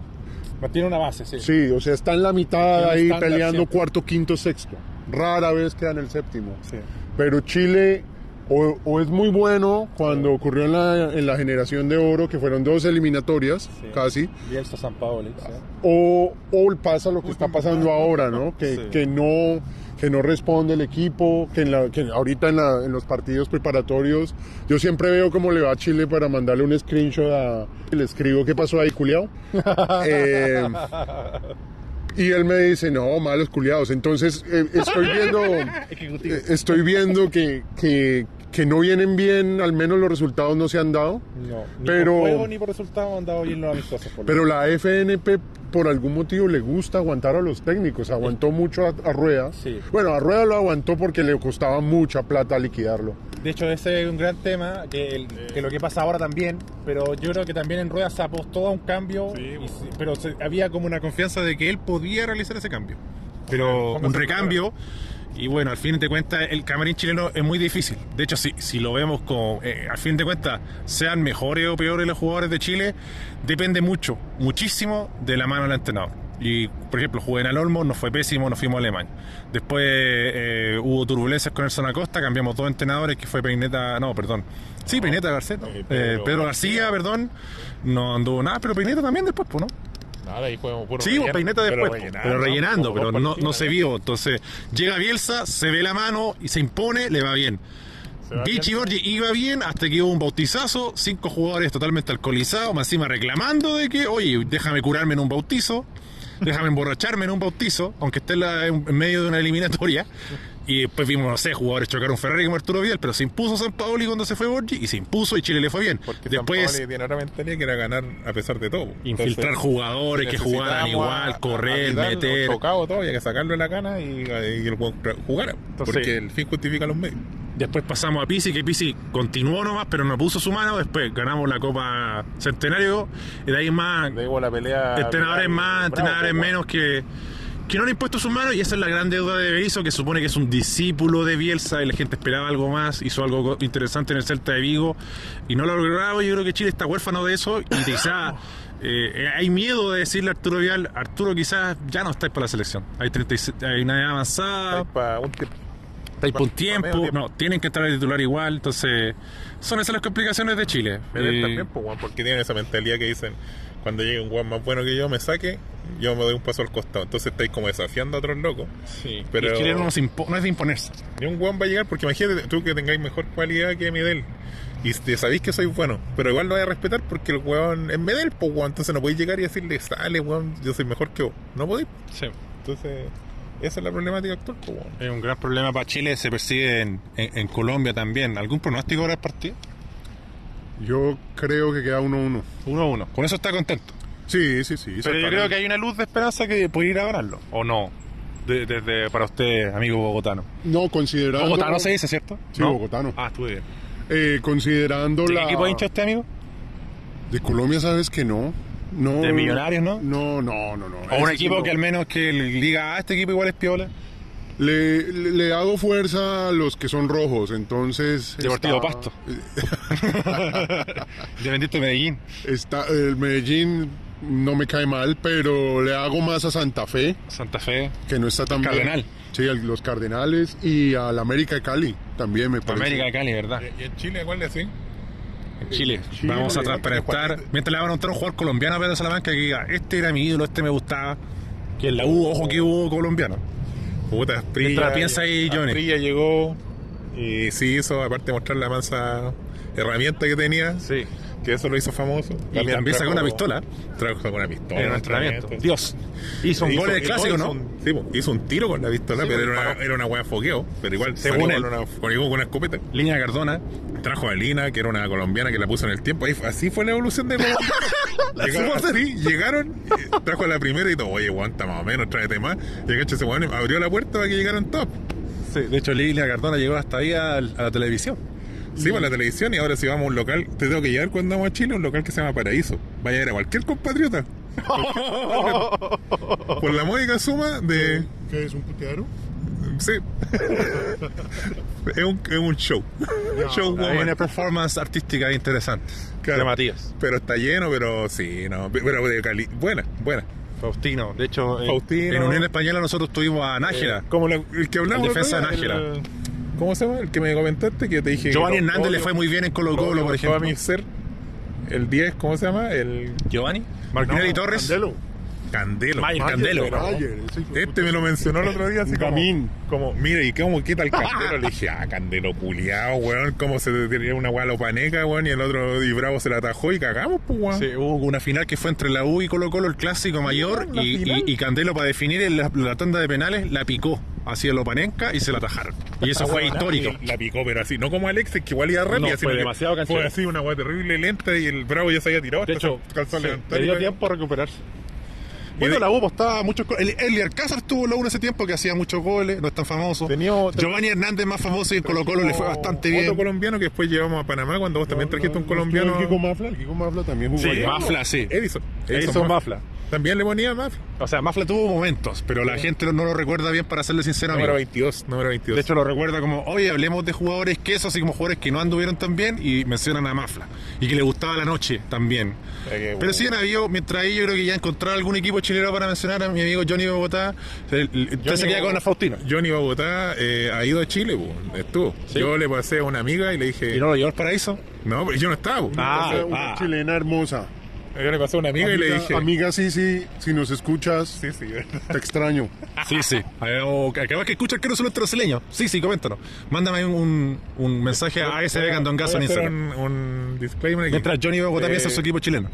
S5: Mantiene una base, sí.
S2: Sí, o sea, está en la mitad
S5: Tiene
S2: ahí
S5: estándar
S2: peleando
S5: siempre.
S2: cuarto, quinto, sexto. rara vez queda en el séptimo.
S5: Sí.
S2: Pero Chile o, o es muy bueno cuando ocurrió en la, en la generación de oro, que fueron dos eliminatorias
S5: Sí.
S2: casi,
S5: Bielsa San Paolo.
S1: Ah,
S5: ¿sí?
S2: o, o pasa lo que está pasando ahora, ¿no? Que,
S5: Sí.
S2: que no que no responde el equipo, que, en la- que ahorita en, la- en los partidos preparatorios, yo siempre veo cómo le va a Chile para mandarle un screenshot a... Le escribo qué pasó ahí, culiao. Eh, y él me dice, no, malos culiados. Entonces eh, estoy viendo, eh, estoy viendo que, que, que no vienen bien, al menos los resultados no se han dado.
S5: No, ni
S2: Pero-
S5: por juego ni por resultado han dado bien los amistosos. por lo
S2: Pero la FNP por algún motivo le gusta aguantar a los técnicos. Aguantó mucho a, a Rueda.
S5: Sí.
S2: Bueno, a Rueda lo aguantó porque le costaba mucha plata liquidarlo.
S5: De hecho, ese es un gran tema, que, el- que lo que pasa ahora también, pero yo creo que también en Rueda se apostó a un cambio,
S3: Sí,
S5: y se- pero se- había como una confianza.
S1: confianza de que él podía realizar ese cambio. Pero
S5: Conversa
S1: un recambio. Y bueno, al fin de cuentas, el camarín chileno es muy difícil. De hecho, si, si lo vemos como, eh, al fin de cuentas, sean mejores o peores los jugadores de Chile, depende mucho, muchísimo de la mano del entrenador. Y, por ejemplo, Juvenal Olmo nos fue pésimo, nos fuimos a Alemania. Después eh, hubo turbulencias con Nelson Acosta, cambiamos dos entrenadores, que fue Peineta, no, perdón. Sí, Peineta García, ¿no?
S3: Eh,
S1: Eh,
S3: Pedro
S1: Pedro García, perdón. No anduvo nada, pero Peineta también después, pues, ¿no?
S3: Nada, ahí juego puro.
S1: Sí,
S3: relleno,
S1: peineta
S3: pero
S1: después,
S3: rellenado,
S1: pero
S3: ¿no?
S1: rellenando,
S3: Como
S1: pero
S3: dos
S1: no, no
S3: partidos,
S1: se vio. Entonces llega Bielsa, se ve la mano y se impone, le va bien.
S3: Se va
S1: Vichy
S3: bien.
S1: Borgi iba bien hasta que hubo un bautizazo, cinco jugadores totalmente alcoholizados, más encima reclamando de que, oye, déjame curarme en un bautizo, déjame emborracharme en un bautizo, aunque esté en, la- en medio de una eliminatoria. Y después vimos, no sé, jugadores chocar un Ferrari como Arturo Vidal, pero se impuso San Paoli cuando se fue Borgi y se impuso y Chile le fue bien.
S3: Porque
S1: después,
S3: San Paoli tiene otra mentalidad que era ganar a pesar de todo.
S1: infiltrar
S3: Entonces,
S1: jugadores que jugaran
S3: necesitábamos a-
S1: igual,
S3: a- a
S1: correr,
S3: Vidal
S1: meter.
S3: Tocado todo, había que sacarlo de la cana y, y el weón jugara. porque el fin justifica los medios.
S1: Después pasamos a Pisi, que Pisi continuó nomás, pero no puso su mano. Después ganamos la Copa Centenario. Y de ahí más
S3: Luego la pelea.
S1: entrenadores más,
S3: Bravo,
S1: entrenadores
S3: pues,
S1: menos que, que no le han puesto su mano. Y esa es la gran deuda de Berizzo, que supone que es un discípulo de Bielsa y la gente esperaba algo más. Hizo algo co- interesante en el Celta de Vigo y no lo ha logrado. Yo creo que Chile está huérfano de eso y quizás. eh, hay miedo de decirle a Arturo Vial, Arturo quizás ya no estáis para la selección. Hay, 36, hay una edad avanzada,
S3: Ahí pa' un tiempo.
S1: Estáis por
S3: Pa- pa' medio
S1: tiempo,
S3: tiempo.
S1: no, tienen que entrar al titular igual, entonces son esas las complicaciones de Chile.
S3: Pero él
S1: Eh,
S3: también, pues, weón, porque tienen esa mentalidad que dicen, cuando llegue un weón más bueno que yo me saque, yo me doy un paso al costado. Entonces estáis como desafiando a otros locos.
S1: y
S3: pero
S1: Chile no, nos impo- no es de imponerse.
S3: ni un weón va a llegar, porque imagínate tú que tengáis mejor cualidad que Medel. Y te sabéis que soy bueno, pero igual lo voy a respetar porque el weón es Medel, pues weón, entonces no podéis llegar y decirle, sale weón, yo soy mejor que vos. No podéis. Entonces, esa es la problemática actual, pues weón.
S1: Es un gran problema para Chile, se percibe en, en- en Colombia también. ¿Algún pronóstico para el partido?
S2: Yo creo que queda 1-1.
S1: 1-1. Con eso está contento.
S2: Sí, sí,
S1: Pero
S2: sí.
S1: yo
S2: sacaron-
S1: creo que hay una luz de esperanza que puede ir a ganarlo, ¿o no? De- desde para usted, amigo bogotano.
S2: No, considerando...
S1: Bogotano se dice, ¿cierto?
S2: Sí, bogotano.
S1: Ah, estuve bien.
S2: Eh, considerando
S1: ¿De
S2: la...
S1: qué equipo hincha
S5: este
S1: usted, amigo?
S2: De Colombia sabes que no. no
S1: ¿De Millonarios, no?
S2: No, no, no, no.
S1: ¿O un
S2: Ese sí
S1: equipo
S2: no.
S1: que al menos que liga a este equipo igual es piola?
S2: Le, le- le hago fuerza a los que son rojos, entonces...
S1: Deportivo
S2: está-
S1: Pasto. Independiente Medellín.
S2: Está, el Medellín no me cae mal, pero le hago más a Santa Fe,
S1: Santa Fe,
S2: que no está tan bien.
S1: Cardenal.
S2: Sí, al- los Cardenales y al América de Cali también me parece.
S1: América de Cali, ¿verdad?
S3: ¿Y en Chile cuál es así?
S1: En Chile.
S2: Chile.
S1: Vamos a transparentar. Mientras le van a montar un jugador colombiano a Pedro Salamanca que diga, este era mi ídolo, este me gustaba. Que en la U, ojo que hubo colombiano.
S3: Puta,
S1: Mientras
S3: Prilla.
S1: la piensa ahí, Johnny.
S3: Prilla Ah, llegó y sí hizo, aparte de mostrar la mansa herramienta que tenía,
S1: Sí.
S3: que eso lo hizo famoso.
S1: Y también sacó
S3: trajo-
S1: una pistola
S3: Trajo con una pistola.
S1: en un entrenamiento.
S3: Entonces,
S1: Dios. Hizo un
S3: hizo-
S1: gol en el
S3: hizo-
S1: clásico,
S3: hizo
S1: ¿no?
S3: un- sí, po, hizo un tiro con la pistola,
S1: Sí,
S3: pero
S1: porque
S3: era una,
S1: paró.
S3: era una wea de fogueo. Pero igual,
S1: Según
S3: salió
S1: él.
S3: Con, una, con- llegó con una escopeta.
S1: Línea Cardona.
S3: Trajo a Lina, que era una colombiana que la puso en el tiempo. Ahí fue- así fue la evolución de Colombia. llegaron, así, llegaron, eh, trajo a la primera y todo, oye, aguanta más o menos, tráete más. Y el cacho se weón abrió la puerta para que llegaran todos.
S1: De hecho, Línea Cardona llegó hasta ahí al- a, la televisión. Mm.
S3: Sí, por la televisión y ahora si vamos a un local, te tengo que llevar cuando vamos a Chile a un local que se llama Paraíso. Vaya a ver a cualquier compatriota. por la módica suma de...
S2: ¿Qué es un puteadero?
S3: Sí. es, un, es un show. show
S1: Hay
S3: woman.
S1: una performance artística interesante.
S3: Claro.
S1: De Matías.
S3: Pero está lleno, pero sí, no. Pero de cali... Buena, buena.
S1: Faustino. De hecho, eh, en-
S3: Faustino.
S1: en Unión Española nosotros tuvimos a Nájera.
S3: Como la- el que hablamos.
S1: El defensa
S3: otro día,
S1: de
S3: el- eh, ¿Cómo se llama? El que me comentaste que te dije. que
S1: Giovanni
S3: lo-
S1: Hernández le
S3: odio-
S1: fue muy bien en Colo
S3: odio
S1: Colo, por
S3: con toda
S1: ejemplo.
S3: mi ser. El 10, ¿cómo se llama? El
S1: Giovanni. Martinelli Torres.
S2: Candelo.
S3: Candelo.
S1: Mayer
S3: Candelo.
S1: Candelo.
S2: Ayer, ese hijo de
S3: Este me lo mencionó el otro día, así como,
S2: Gamín.
S3: como, mire, ¿y cómo quita el candelo? Le dije, ah, candelo culiao, weón, cómo se te tenía una gualopaneca, weón, y el otro, y Bravo se la atajó y cagamos, pues, weón.
S1: Sí, hubo una final que fue entre la U y Colo Colo, el clásico mayor,
S3: la
S1: y,
S3: final.
S1: y- y Candelo para definir en la, la tanda de penales la picó hacia Lopanenca y se la atajaron. Y eso fue histórico.
S3: La, la picó, pero así, no como Alexis, que igual iba rápida,
S4: No,
S3: sino
S4: fue
S3: que
S4: demasiado canchero.
S3: Fue así, una weá terrible, lenta, y el Bravo ya se había tirado.
S4: De
S3: hasta
S4: hecho,
S3: se alcanzó a
S4: sí,
S3: levantar
S4: le
S3: y
S4: dio
S3: fue-
S4: tiempo a recuperarse.
S1: Bueno, la U postaba muchos goles. El, el Alcázar tuvo la U en ese tiempo que hacía muchos goles, no es tan famoso.
S4: Teníamos-
S1: Giovanni Hernández más famoso y en Colo Colo le fue bastante
S3: Otro
S1: bien.
S3: colombiano que después llevamos a Panamá cuando vos también trajiste un colombiano.
S2: El Kiko Mafla, el Kiko Mafla también jugó. allá.
S1: Mafla, sí.
S3: Edison.
S4: Edison Mafla.
S3: También le ponía Mafla.
S1: O sea, Mafla tuvo momentos, pero la gente no lo recuerda bien para serle sincero.
S3: Número
S1: amigo.
S3: 22, número 22.
S1: De hecho, lo recuerda como, oye, hablemos de jugadores que esos, así como jugadores que no anduvieron tan bien, y mencionan a Mafla, y que le gustaba la noche también.
S3: Eh,
S1: Pero sí han habido, mientras ahí yo creo que ya encontrar algún equipo chileno para mencionar a mi amigo Johnny Bogotá, el- el- entonces se queda con la Faustino.
S3: Johnny Bogotá eh, ha ido a Chile, po. estuvo. Yo le pasé a una amiga y le dije.
S1: ¿Y no lo llevó al paraíso?
S3: No, pero yo no estaba. po.
S1: Ah,
S2: O sea, una
S1: ah.
S2: chilena hermosa.
S3: Yo le pasé a una amiga, y le dije.
S2: Amiga, sí, sí, si nos escuchas,
S3: Sí, sí, ¿verdad?
S2: te extraño.
S1: Sí, sí. Acabas que escuchar que no solo brasileño. Sí, sí, coméntanos. Mándame un, un mensaje a ASB Candongazo en
S3: Voy a hacer
S1: Instagram.
S3: Un, un disclaimer aquí.
S1: Mientras Johnny Bogotá
S3: Eh,
S1: piensa en su equipo chileno.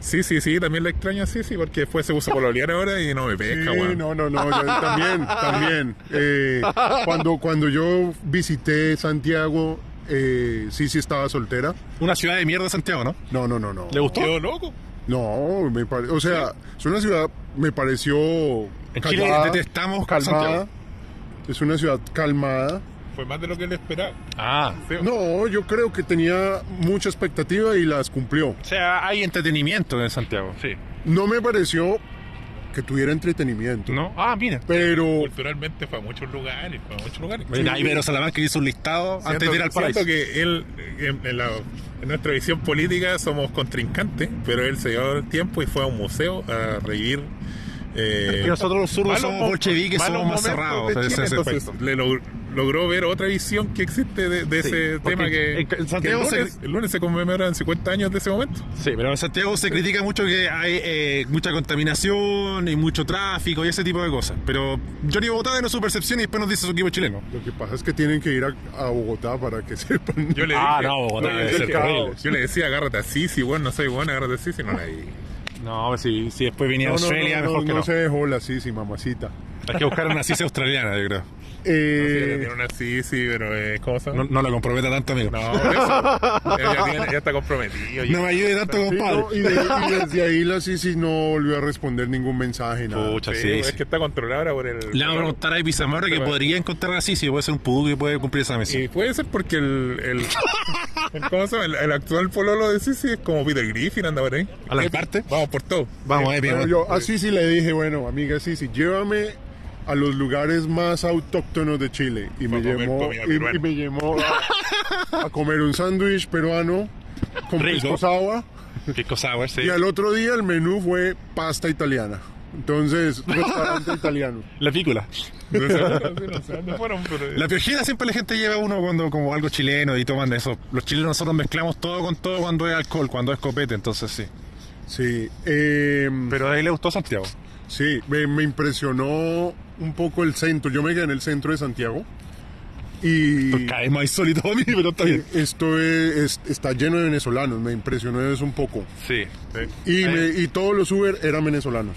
S3: Sí, sí, sí, también la extraño sí, sí, porque después se puso a pololear ahora y no me
S2: Sí,
S3: pesca, weón.
S2: no, no, no, yo también, también. Eh, cuando, cuando yo visité Santiago, eh, sí, sí estaba soltera.
S1: Una ciudad de mierda, Santiago, ¿no?
S2: No, no, no, no.
S1: ¿Le gustó?
S3: Quedó loco.
S2: No, me pare- o sea, es una ciudad, me pareció
S1: En Chile
S2: calmada,
S1: detestamos
S2: calmada.
S1: Santiago.
S2: Es una ciudad calmada.
S3: Fue más de lo que él esperaba.
S1: Ah.
S2: No, yo creo que tenía mucha expectativa y las cumplió.
S1: O sea, hay entretenimiento en Santiago. Sí.
S2: No me pareció que tuviera entretenimiento,
S1: ¿No? Ah, mira.
S2: pero
S3: Culturalmente fue a muchos lugares, fue a muchos lugares.
S1: Mira, Ibero Salamanca hizo un listado antes de ir al paraíso.
S3: siento que él, en, en la- en nuestra visión política, somos contrincantes, pero él se dio el tiempo y fue a un museo a revivir. eh,
S1: Y nosotros los zurdos
S3: malos
S1: somos
S3: mo-
S1: bolcheviques,
S3: malos
S1: somos más
S3: momentos
S1: cerrados.
S3: de
S1: en ese
S3: Chile, entonces,
S1: aspecto.
S3: le log- logró ver otra visión que existe de, de
S1: Sí,
S3: ese
S1: porque
S3: tema que,
S1: en- en
S3: que
S1: Santiago
S3: el,
S1: se-
S3: lunes, el lunes se conmemoran 50 años de ese momento.
S1: Sí, pero en Santiago se critica mucho que hay eh, mucha contaminación y mucho tráfico y ese tipo de cosas. Pero Johnny Bogotá dennos su percepción y después nos dice su equipo chileno.
S2: lo que pasa es que tienen que ir a, a Bogotá para que sepan.
S3: Yo le
S1: Ah,
S3: dije,
S1: no, Bogotá
S3: yo le
S1: debe
S3: dije, "Oh,
S1: ser terrible.
S3: yo le decía, agárrate a Sisi, bueno, no soy bueno, agárrate a Sisi, no la di.
S1: No, pues si, si después viniera
S2: No, no,
S1: Australia,
S2: no, no,
S1: mejor que
S2: no
S1: no.
S2: se dejó la sisi, mamacita.
S1: Hay que buscar una ciencia australiana, yo creo.
S2: Eh,
S3: Tiene una Sisi, pero es cosa.
S1: No, no la comprometa tanto, amigo. No,
S3: No, por eso. Él ya, tiene- ya está comprometido. ya.
S1: me ayude tanto,
S2: sí,
S1: compadre.
S2: no, y, de- y desde ahí la sisi no volvió a responder ningún mensaje, nada.
S1: Pucha,
S3: Sí,
S1: sí,
S3: Es
S1: sí.
S3: que está controlada ahora por el.
S1: Le vamos a preguntar a Epi Zamora que podría encontrar así, si puede ser un pudo que puede cumplir esa misión.
S3: Y puede ser porque el. el, el- ¿Cómo se llama? El, el actual pololo de Sisi es como Peter Griffin, anda por ahí.
S1: ¿A la parte?
S3: Vamos por todo.
S1: Vamos, Epi.
S2: Pero
S1: vamos.
S2: yo a Sisi le dije, bueno, amiga Sisi, llévame a los lugares más autóctonos de Chile. Y me
S3: comer
S2: llevó,
S3: comida
S2: y-
S3: peruana.
S2: y me llevó a, a comer un sándwich peruano con
S1: Rico.
S2: pisco sour.
S1: Pisco sour, sí.
S2: Y al otro día el menú fue pasta italiana. Entonces, restaurante italiano.
S1: La pícola.
S3: No sé, no sé dónde fueron, pero.
S1: La piojera siempre la gente lleva uno cuando como algo chileno y toman eso. Los chilenos nosotros mezclamos todo con todo cuando es alcohol, cuando es copete, entonces sí.
S2: Sí, eh,
S1: Pero a él le gustó Santiago.
S2: sí me, me impresionó un poco el centro. Yo me quedé en el centro de Santiago. Y...
S1: Cae más insólito a mí, pero está bien.
S2: Esto es- es- está lleno de venezolanos, me impresionó eso un poco.
S1: Sí.
S3: Sí.
S2: Y, me- y todos los Uber eran venezolanos.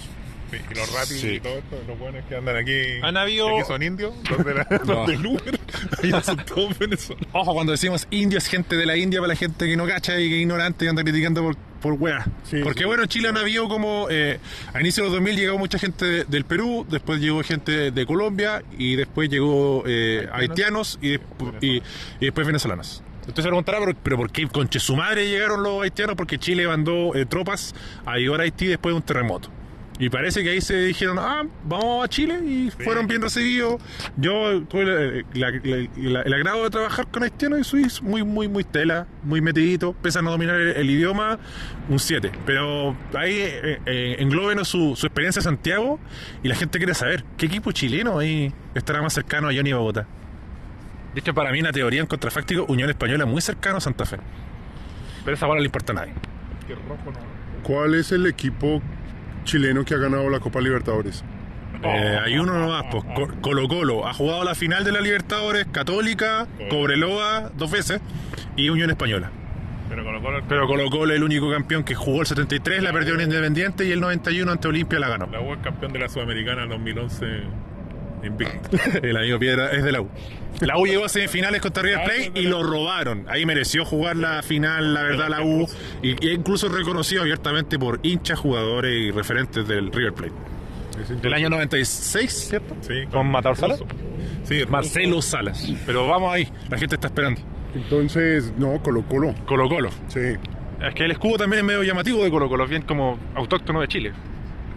S3: Sí, y los ratis
S1: Sí.
S3: y todo esto, los buenos que andan aquí.
S1: Han habido-
S3: que son indios, los de la.
S1: No.
S3: Los del Uber. Ahí son todos venezolanos.
S1: Ojo, cuando decimos indio es gente de la India para la gente que no cacha y que es ignorante y anda criticando por, por weá.
S2: Sí,
S1: Porque
S2: sí.
S1: bueno, en Chile han habido como eh, a inicio de los 2000 llegó mucha gente de- del Perú, después llegó gente de Colombia y después llegó eh, haitianos y, despu- y- y después venezolanos. Entonces se preguntará, pero, pero ¿por qué conche su madre llegaron los haitianos? Porque Chile mandó eh, tropas a ayudar a Haití después de un terremoto. Y parece que ahí se dijeron, ah, vamos a Chile y fueron bien recibidos. Yo tuve la- la- la- la- el agrado de trabajar con haitianos y suizos, muy, muy, muy tela, muy metidito. Pese a no dominar el, el idioma, un 7. Pero ahí eh, eh, englóbenos su, su experiencia en Santiago y la gente quiere saber, ¿qué equipo chileno ahí estará más cercano a Johnny Bogotá? De hecho, para mí, una teoría en contrafáctico, Unión Española muy cercano a Santa Fe. Pero esa bola no le importa a nadie.
S2: ¿Cuál es el equipo chileno que ha ganado la Copa Libertadores?
S1: Eh, hay uno nomás, pues Co- Colo Colo. Ha jugado la final de la Libertadores, Católica, Cobreloa dos veces y Unión Española.
S6: Pero Colo Colo,
S1: Pero Colo Colo es el único campeón que jugó el 73, la perdió en Independiente y el 91 ante Olimpia la ganó.
S3: La U es campeón de la Sudamericana 2011 invicto.
S1: El amigo Piedra es de la U. La U llegó a semifinales contra River Plate y lo robaron. Ahí mereció jugar la final, la verdad, la U. Y, y incluso reconocido abiertamente por hinchas, jugadores y referentes del River Plate. Del año 96, ¿cierto?
S3: Sí,
S1: Con Matador Salas.
S3: sí,
S1: Marcelo Salas. Pero vamos ahí, la gente está esperando.
S2: Entonces, no, Colo Colo.
S1: Colo Colo.
S2: Sí,
S1: Es que el escudo también es medio llamativo de Colo Colo, es bien como autóctono de Chile.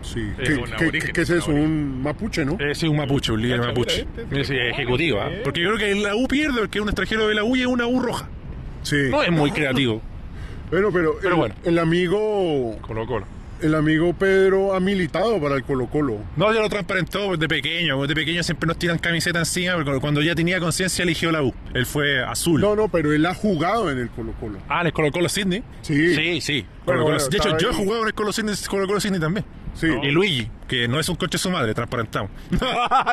S2: sí.
S1: Es
S2: ¿Qué,
S1: un
S2: qué-
S1: aborigen,
S2: qué es eso? Un mapuche, ¿no?
S1: Ese es un mapuche, un líder mapuche.
S3: mira,
S1: Sí, ejecutivo. ¿ah? Porque yo creo que la U pierde porque un extranjero de la U y es una U roja.
S2: Sí.
S1: No es muy creativo.
S2: Bueno, pero,
S1: Pero
S2: el,
S1: bueno.
S2: el amigo
S1: Colo Colo.
S2: el amigo Pedro ha militado para el Colo Colo.
S1: No, yo lo transparentó desde pequeño. Desde pequeño siempre nos tiran camiseta encima, porque cuando ya tenía conciencia eligió la U. Él fue azul.
S2: No, no, pero él ha jugado en el Colo Colo.
S1: Ah, en el Colo Colo Sydney.
S2: Sí.
S1: sí. sí.
S2: Bueno,
S1: Colo-Colo-
S2: bueno,
S1: de hecho,
S2: estaba
S1: yo he
S2: ahí.
S1: jugado en el Colo Sydney, Colo Colo Sydney también.
S2: Sí.
S1: Y Luigi, que no es un coche de su madre, transparentamos.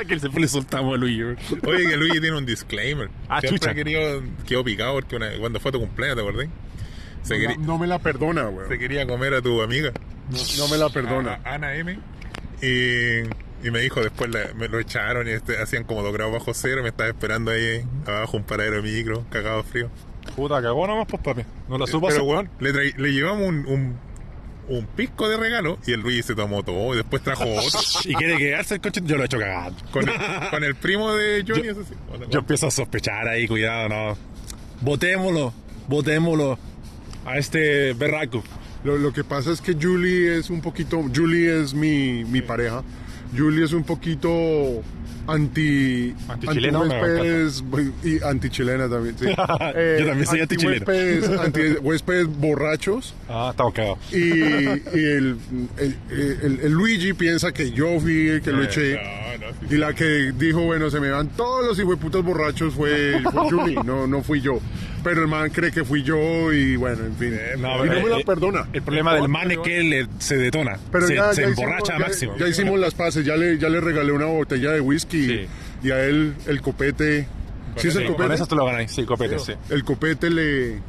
S1: que siempre le soltamos a Luigi. güey.
S3: Oye, que Luigi tiene un disclaimer.
S1: Ah,
S3: Siempre
S1: chucha.
S3: ha querido, quedó picado porque una- cuando fue a tu cumpleaños, ¿te acordás? Se,
S2: No,
S3: quería-
S2: no me la perdona, güey.
S3: se quería comer a tu amiga,
S2: No, no me la perdona.
S3: a- a Ana M. Y, y me dijo después, la- me lo echaron y este, hacían como dos grados bajo cero. Me estaba esperando ahí abajo un paradero de micro, cagado frío.
S1: Puta, cagó nomás, pues papi. No lo supo
S3: Pero,
S1: hacer.
S3: weón, le, trai- le llevamos un, un, un pisco de regalo y el Luigi se tomó todo y después trajo otro.
S1: Y quiere quedarse el coche, yo lo he hecho cagando.
S3: Con el, con el primo de Johnny, eso sí. Otra
S1: Yo empiezo a sospechar ahí, cuidado, no. Votémoslo, votémoslo a este berraco.
S2: Lo, lo que pasa es que Julie es un poquito, Julie es mi, mi pareja. Julie es un poquito anti
S1: Antichilena,
S2: anti
S1: me
S2: huéspedes y antichilena también. Sí.
S1: Yo también soy antichileno.
S2: Antihuéspedes, anti- huéspedes borrachos
S1: Ah, estamos cagados.
S2: y, y el, el- el- el Luigi piensa que yo fui el que lo eché.
S3: No, no, sí.
S2: Y la que dijo, bueno, se me van todos los hijueputas borrachos fue, fue Julie, no, no fui yo. Pero el man cree que fui yo y bueno, en fin.
S1: no,
S2: y no
S1: eh,
S2: me la
S1: eh,
S2: perdona.
S1: El problema del man es que él eh, se detona,
S2: Pero
S1: se,
S2: ya,
S1: se
S2: ya
S1: emborracha
S2: hicimos,
S1: a
S2: ya-
S1: máximo.
S2: Ya, hicimos las paces, ya le, ya le regalé una botella de whisky
S1: Sí.
S2: y a él el copete. ¿Sí es el
S1: Sí, con
S2: copete?
S1: eso te lo ganáis, sí, copete, sí.
S2: El copete le, le,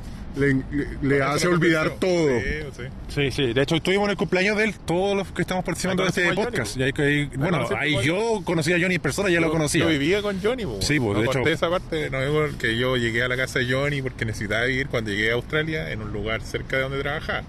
S2: le- le hace olvidar todo.
S3: Sí, sí.
S1: Sí, sí. De hecho, estuvimos en el cumpleaños de él, todos los que estamos participando de este podcast. Y ahí- ahí- bueno, ahí yo conocí a Johnny en persona, ya lo conocía.
S3: Yo vivía con Johnny, po.
S1: Sí, po,
S3: No
S1: de
S3: corté
S1: hecho.
S3: esa parte, no digo que yo llegué a la casa de Johnny porque necesitaba vivir cuando llegué a Australia en un lugar cerca de donde trabajaba.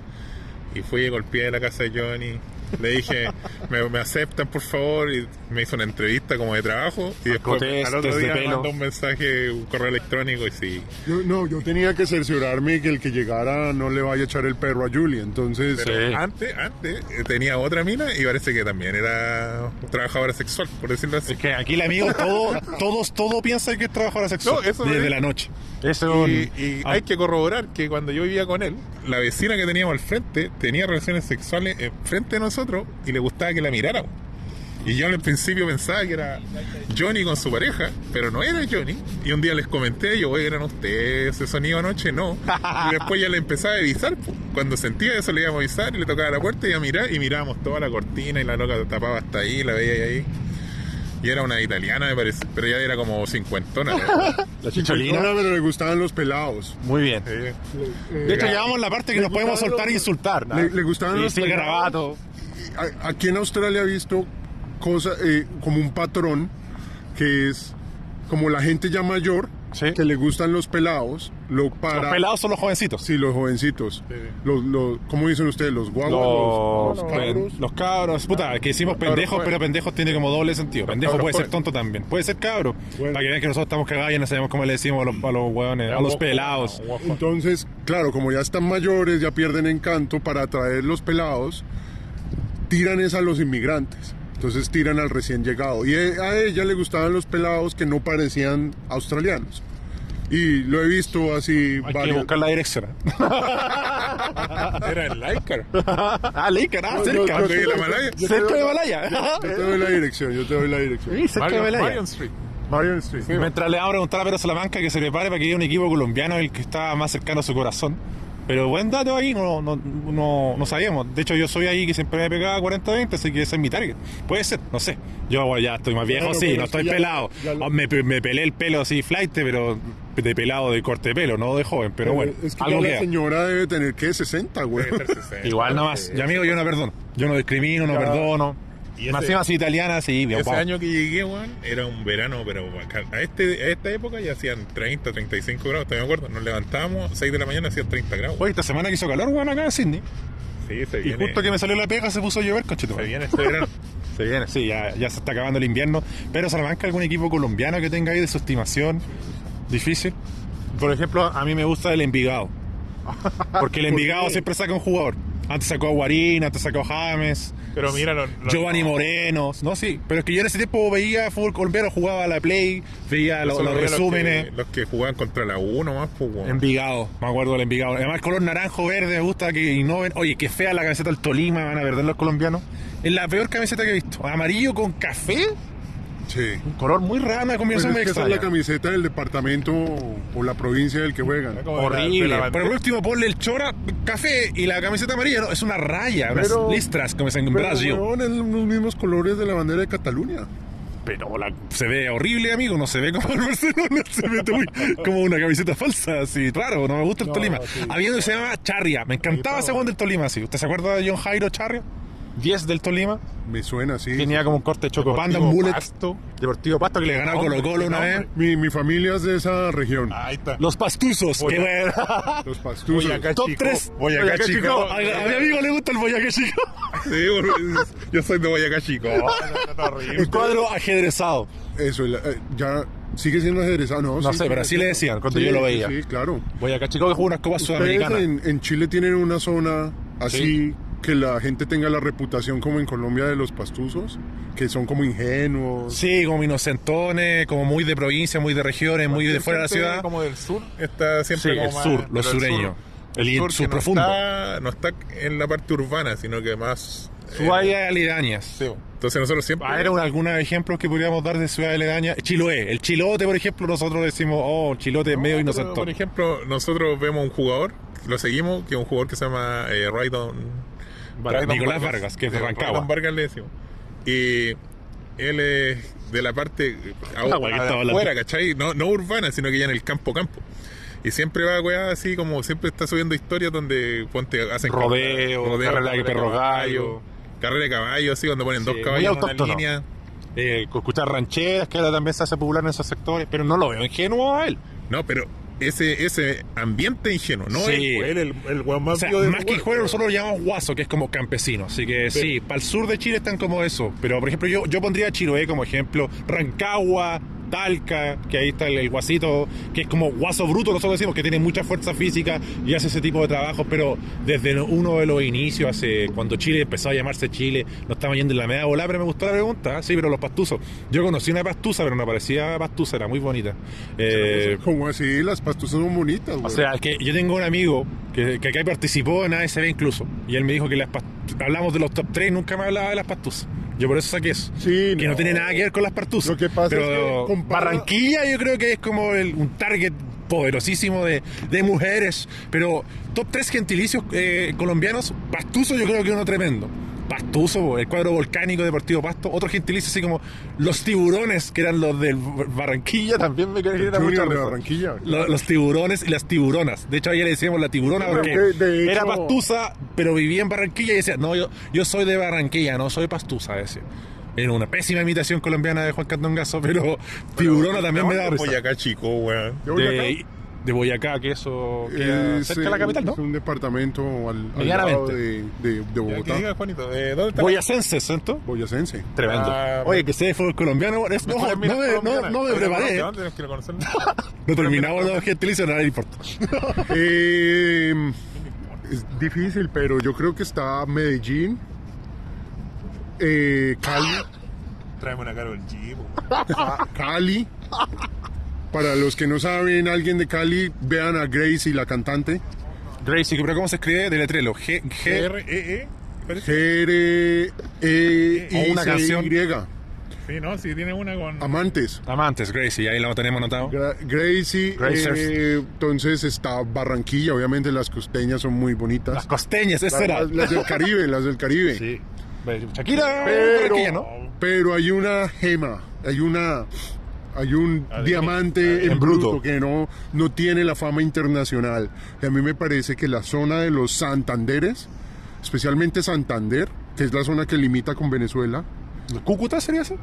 S3: Y fui, golpeé la casa de Johnny. Le dije, me, me aceptan por favor. Y me hizo una entrevista como de trabajo. Y después
S1: Acotes,
S3: al otro
S1: test de
S3: día me
S1: este, pelo.
S3: mandó un mensaje, un correo electrónico. Y sí,
S2: Yo- no, yo tenía que cerciorarme que el que llegara no le vaya a echar el perro a Julie, entonces...
S1: Sí.
S3: antes, antes eh, tenía otra mina y parece que también era trabajadora sexual, por decirlo así.
S1: Es que aquí el amigo, todo, todos, todo piensa que es trabajadora sexual
S3: No, eso
S1: desde
S3: es.
S1: la noche.
S5: Eso
S3: Y, y
S1: Ah.
S3: hay que corroborar que cuando yo vivía con él, la vecina que teníamos al frente tenía relaciones sexuales eh, frente a nosotros y le gustaba que la miráramos. Y yo al principio pensaba que era Johnny con su pareja, pero no era Johnny. Y un día les comenté, yo, oye, eran ustedes, ese sonido anoche, no. Y después ya le empezaba a avisar. po. Cuando sentía eso, le íbamos a avisar y le tocaba la puerta y a mirar. Y mirábamos toda la cortina y la loca tapaba hasta ahí, la veía ahí. Y era una italiana, me parece, pero ya era como cincuentona. ¿no?
S1: La
S2: Ahora pero le gustaban los pelados.
S1: Muy bien.
S3: Sí.
S1: De hecho, llevamos la parte que nos podemos
S2: gustaban
S1: soltar e
S2: los-
S1: insultar.
S2: le- le gustaban
S1: Sí,
S2: los
S1: sí, el garabato.
S2: A- Aquí en Australia he visto cosa, eh, como un patrón que es como la gente ya mayor,
S1: Sí.
S2: que le gustan los pelados, lo para...
S1: Los pelados son los jovencitos.
S2: Sí, los jovencitos. Los, los, ¿Cómo dicen ustedes? Los guaguas.
S1: Los, cabros. los cabros. Puta, que decimos pendejos, pero pendejos tiene como doble sentido. Pendejo puede ser tonto también. Puede ser cabro. Para que vean que nosotros estamos cagados y no sabemos cómo le decimos a los, a los hueones, a los pelados.
S2: Entonces, claro, como ya están mayores, ya pierden encanto para atraer los pelados. tiran es a los inmigrantes. Entonces tiran al recién llegado. Y e- a ella le gustaban los pelados que no parecían australianos. Y lo he visto así
S1: Hay que
S2: varios-
S1: buscar la dirección. ¿eh?
S3: Era el Lycar.
S1: ah, Leica, ah,
S2: Yo-
S1: cerca.
S2: yo-
S1: de
S2: yo-
S1: la Malaya.
S2: yo-
S1: cerca
S2: yo-
S1: de Malaya.
S2: Yo te doy la dirección, yo te doy la dirección. Eh,
S5: Sí, cerca de
S3: Marion,
S5: Belaya.
S3: Marion Street.
S2: Marion Street.
S1: Mientras le va a preguntar a Pedro Salamanca que se prepare para que llegue un equipo colombiano el que está más cercano a su corazón. Pero buen dato ahí, no, no, no, no sabíamos. De hecho, yo soy ahí que siempre me pegaba 40-20, así que ese es mi target. Puede ser, no sé. Yo bueno, ya estoy más viejo,
S2: Claro,
S1: sí,
S2: pero
S1: no estoy
S2: ya-
S1: pelado.
S2: ya lo-
S1: Ah, me, pe- me pelé el pelo así, flight, pero de pelado de corte de pelo, no de joven. Pero bueno,
S2: Eh, es que ya
S1: algo
S2: la
S1: queda.
S2: señora debe tener que 60, güey.
S3: Debe ser 60.
S1: Igual nomás. Y amigo, yo no perdono. Yo no discrimino, no perdono.
S3: Eh, Y
S1: Más
S3: ese-
S1: encima soy italiana, sí, bien
S3: Ese
S1: guapo.
S3: año que llegué, weón, era un verano, pero bacán. A, este, a esta época ya hacían 30, 35 grados, todavía me acuerdo. Nos levantábamos, 6 de la mañana hacían 30 grados.
S1: Oye, esta semana que hizo calor, weón, acá en Sydney.
S3: Sí, se
S1: Y
S3: viene.
S1: justo que me salió la pega se puso a llover, conchito.
S3: Se viene este verano.
S1: Se viene, sí, ya, ya se está acabando el invierno. Pero Salamanca, algún equipo colombiano que tenga ahí de su estimación, difícil. Por ejemplo, a mí me gusta el Envigado. Porque el Envigado siempre saca un jugador. Antes sacó a Guarín, antes sacó a James,
S3: Pero mira, los, los-
S1: Giovanni Moreno, no, sí. Pero es que yo en ese tiempo veía fútbol colombiano, jugaba a la Play, veía lo-
S3: solo
S1: los
S3: veía
S1: resúmenes.
S3: Los que, los que jugaban contra la U nomás, pues, weón.
S1: Envigado, me acuerdo del Envigado. Además, color naranjo, verde, me gusta que innoven. Oye, qué fea la camiseta del Tolima, van a perder los colombianos. Es la peor camiseta que he visto. Amarillo con café,
S2: Sí.
S1: un color muy raro, una
S2: Pues
S1: combinación
S2: es
S1: muy
S2: que esa es la
S1: extraña.
S2: camiseta del departamento o la provincia del que juegan.
S3: Como de la- de la
S1: Horrible.
S3: bandera.
S1: Por último, ponle el chora café y la camiseta amarilla. No, es una raya,
S2: Pero-
S1: unas listras, como dicen en
S2: Pero,
S1: Brasil.
S2: weón, es los mismos colores de la bandera de Cataluña.
S1: Pero la- se ve horrible, amigo. No se ve como el Barcelona. Se ve muy- como una camiseta falsa. Así, raro. No me gusta el Tolima. Había uno que se llamaba Charria. Me encantaba ese weón del Tolima. Sí. ¿Usted se acuerda de John Jairo Charria? 10 del Tolima.
S2: Me suena así.
S1: Tenía como un corte de choco. Panda, un bullet. Deportivo Pasto que le ganaba Colo Colo una vez.
S2: Mi, mi familia es de esa región.
S3: Ahí está.
S1: Los pastuzos. Qué bueno.
S2: Los pastuzos.
S1: Top 3.
S3: Boyacá Chico.
S1: A, a mi amigo le gusta el Boyacá Chico.
S3: Sí, weón, yo soy de Boyacá, chico.
S1: El cuadro ajedrezado.
S2: Eso, la- eh, ya sigue siendo ajedrezado. No,
S1: No
S2: sí,
S1: sé, pero así le decían cuando
S2: Sí,
S1: yo lo veía.
S2: Sí, claro.
S1: Boyacá Chico que jugó unas copas
S2: Ustedes
S1: sudamericanas.
S2: en, en Chile tienen una zona así que la gente tenga la reputación como en Colombia de los pastuzos, que son como ingenuos.
S1: Sí, como inocentones, como muy de provincia, muy de regiones, muy de fuera de la ciudad.
S3: Como del sur. Está siempre
S1: Sí,
S3: como
S1: el
S3: más-
S1: sur,
S3: pero
S1: los
S3: el
S1: sureños. El
S3: sur
S1: sur,
S3: que no
S1: profundo.
S3: está- No está, en la parte urbana, sino que más. eh,
S1: Ciudades aledañas.
S3: sí, Entonces nosotros siempre.
S1: Ah, Era un- algunos ejemplos que podríamos dar de ciudades aledañas. Chiloé, el chilote, por ejemplo, nosotros decimos, oh, chilote es medio
S3: No, pero, Por
S1: inocentón.
S3: ejemplo, nosotros vemos un jugador, lo seguimos, que es un jugador que se llama eh, Raidon.
S1: Vargas-
S3: Raidon
S1: Nicolás Vargas, que es de
S3: Eh,
S1: Rancagua.
S3: Raidon Vargas le decimos. Y él es de la parte a-
S1: La wea que
S3: a-
S1: Ah, estaba hablando.
S3: afuera, ¿cachai? No, no urbana, sino que ya en el campo campo. Y siempre va weá así, como siempre está subiendo historias donde ponte, hacen
S1: Rodeo, carrera de perro gallo.
S3: carrera de caballo, así, cuando ponen dos
S1: muy
S3: caballos en una
S1: autóctono.
S3: línea.
S1: Eh, escuchar rancheras, que ahora también se hace popular en esos sectores, pero no lo veo ingenuo a él.
S3: No, pero ese, ese ambiente ingenuo, no
S1: Sí.
S3: él, el, el weón
S1: O
S3: más
S1: sea,
S3: vivo del
S1: más que
S3: lugar,
S1: juego, nosotros lo llamamos guaso, que es como campesino. Así que sí, para el sur de Chile están como eso. Pero por ejemplo, yo, yo pondría Chiloé como ejemplo, Rancagua, Talca, que ahí está el, el guasito, que es como guaso bruto, nosotros decimos, que tiene mucha fuerza física y hace ese tipo de trabajos. Pero desde lo- uno de los inicios, hace cuando Chile empezó a llamarse Chile, no estamos yendo en la media volada, pero me gustó la pregunta. ¿eh? Sí, pero los pastuzos. Yo conocí una pastusa, pero no parecía pastusa, era muy bonita. Eh,
S2: Como así, las pastuzas son bonitas, güey.
S1: o sea, es que yo tengo un amigo que, que acá participó en ASB incluso, y él me dijo que las past- hablamos de los top 3 nunca me hablaba de las pastusas. Yo por eso saqué eso.
S2: Sí,
S1: que no. tiene nada que ver con las pastusas.
S2: Lo que pasa
S1: Pero
S2: es que compara-
S1: Barranquilla yo creo que es como el- un target poderosísimo de, de mujeres. Pero top 3 gentilicios eh, colombianos, pastuso yo creo que uno tremendo. Pastuso, el cuadro volcánico Deportivo Pasto. Otro gentilicio así como los tiburones, que eran los del Barranquilla, también me genera mucha
S2: Junior de
S1: risa.
S2: Barranquilla.
S1: Lo- los tiburones y las tiburonas. De hecho, ayer le decíamos la tiburona
S2: Pero
S1: porque
S2: de- Ah, de
S1: era
S2: hecho-
S1: pastusa, pero vivía en Barranquilla y decía, no, yo, yo soy de Barranquilla, no soy pastusa, decía. Era una pésima imitación colombiana de Juan Candongazo, pero tiburona también me da
S3: ¿Dónde
S1: risa.
S3: Boyacá chico, weón.
S2: Yo voy acá.
S1: De, de Boyacá, que eso queda
S2: Es,
S1: cerca de la
S2: eh,
S1: capital,
S2: Es
S1: ¿no?
S2: un departamento al, al
S1: Medianamente.
S2: lado de, de, de
S3: Ya, que
S2: Bogotá.
S3: diga, Juanito, eh, ¿dónde está la-
S1: Boyacense, ¿cierto?
S2: Boyacense.
S1: Tremendo.
S3: Ah,
S1: Oye, que sé de fútbol colombiano, bueno, es- no,
S3: Mejores
S1: no
S3: minas
S1: me, no,
S3: colombianas.
S1: no me
S3: Oye,
S1: preparé.
S3: ¿dónde? ¿Dónde? Quiero conocerlo.
S1: No terminamos los gentilicios, nada le importa.
S2: Eh, es difícil, pero yo creo que está Medellín, eh, Cali,
S3: Traeme una cara del chivo.
S2: Cali. Para los que no saben, alguien de Cali, vean a Gracie, la cantante.
S1: Gracie, pero ¿cómo se escribe? Deletrelo. G, G,
S3: R-E-E. E, parece.
S2: E
S1: O una canción.
S2: G-R-E-I-C-Y.
S3: Sí, no, sí, tiene una con.
S2: Amantes.
S1: Amantes, Gracie, ahí lo tenemos anotado.
S2: Gra- Gracie.
S1: Gracers.
S2: eh, entonces está Barranquilla, obviamente las costeñas son muy
S1: Las
S2: bonitas.
S1: costeñas, eso era.
S2: Las, las del Caribe, las del Caribe.
S1: Sí. Shakira,
S2: Pero,
S1: Shakira, ¿no?
S2: pero hay una gema, hay una hay un diamante en,
S1: en
S2: bruto,
S1: bruto.
S2: que no, no tiene la fama internacional. Y a mí me parece que la zona de los Santanderes, especialmente Santander, que es la zona que limita con Venezuela,
S1: ¿Cúcuta sería eso?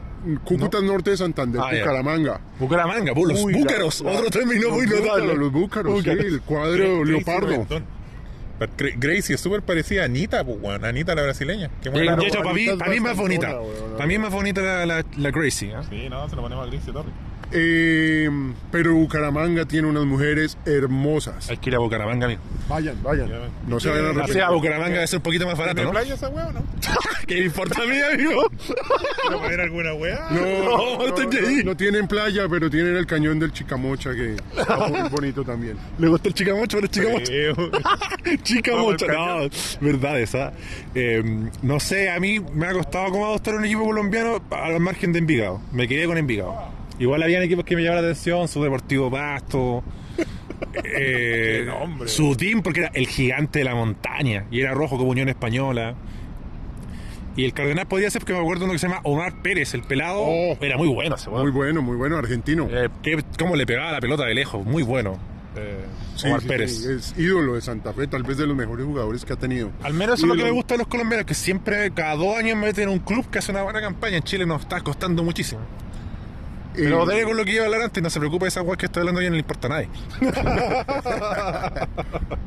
S2: Cúcuta Norte de Santander,
S1: Ah, ya.
S2: Bucaramanga.
S1: Bucaramanga, bu- los
S2: Uy, la-
S1: búcaros,
S2: la-
S1: otro término muy
S2: los búcaros,
S1: notable.
S2: Los búcaros,
S1: Búcaros.
S2: sí, el cuadro
S3: Gracie
S2: leopardo.
S3: Reventón. Pero Gra- Gracie es súper parecida a Anita, pues, weón. Anita la brasileña. Qué
S1: Y
S3: buena.
S1: de hecho, para mí,
S2: Juanita es
S1: para mí es más bonita.
S2: bastantona, weón.
S1: Para mí es más bonita la, la, la Gracie. ¿eh?
S3: Sí, no, se lo ponemos a Gracie Torres.
S2: Eh, pero Bucaramanga tiene unas mujeres hermosas.
S1: Hay que ir a Bucaramanga, amigo.
S2: Vayan, vayan. No se vayan a
S1: O sea, Bucaramanga debe ser un poquito más barato,
S3: ¿Te
S1: ¿no?
S3: playa esa weá o no?
S1: ¿Qué me importa a mí, amigo?
S3: ¿Quiero poner alguna weá?
S2: No,
S1: No,
S2: no,
S1: estoy
S2: no,
S1: ahí.
S2: no tienen playa, pero tienen el cañón del Chicamocha que está muy bonito también.
S1: ¿Le gusta el chicamocho? ¿El chicamocho?
S3: Eh, weón.
S1: Chicamocho, no,
S3: Vamos
S1: verdad esa. Eh, no sé, a mí me ha costado como adoptar un equipo colombiano al margen de Envigado. Me quedé con Envigado. Igual habían equipos que me llamaban la atención, su Deportivo Pasto, eh,
S3: Qué nombre.
S1: su team, porque era el gigante de la montaña y era rojo como Unión Española. Y el Cardenal podía ser, porque me acuerdo uno que se llama Omar Pérez, el pelado.
S2: Oh.
S1: era muy bueno ese weón.
S2: Muy bueno, muy bueno, argentino.
S1: Eh, qué- cómo le pegaba la pelota de lejos, muy bueno. eh,
S2: Sí,
S1: Omar
S2: sí,
S1: Pérez.
S2: sí, es ídolo de Santa Fe, tal vez de los mejores jugadores que ha tenido.
S1: Al menos eso es lo que
S2: Ídolo.
S1: me gusta de los colombianos, que siempre, cada dos años meten un club que hace una buena campaña. En Chile nos está costando muchísimo. Pero
S2: Eh,
S1: Daniel, con lo que iba a hablar antes, no se preocupe, esa guay que estoy hablando ya no le importa a nadie.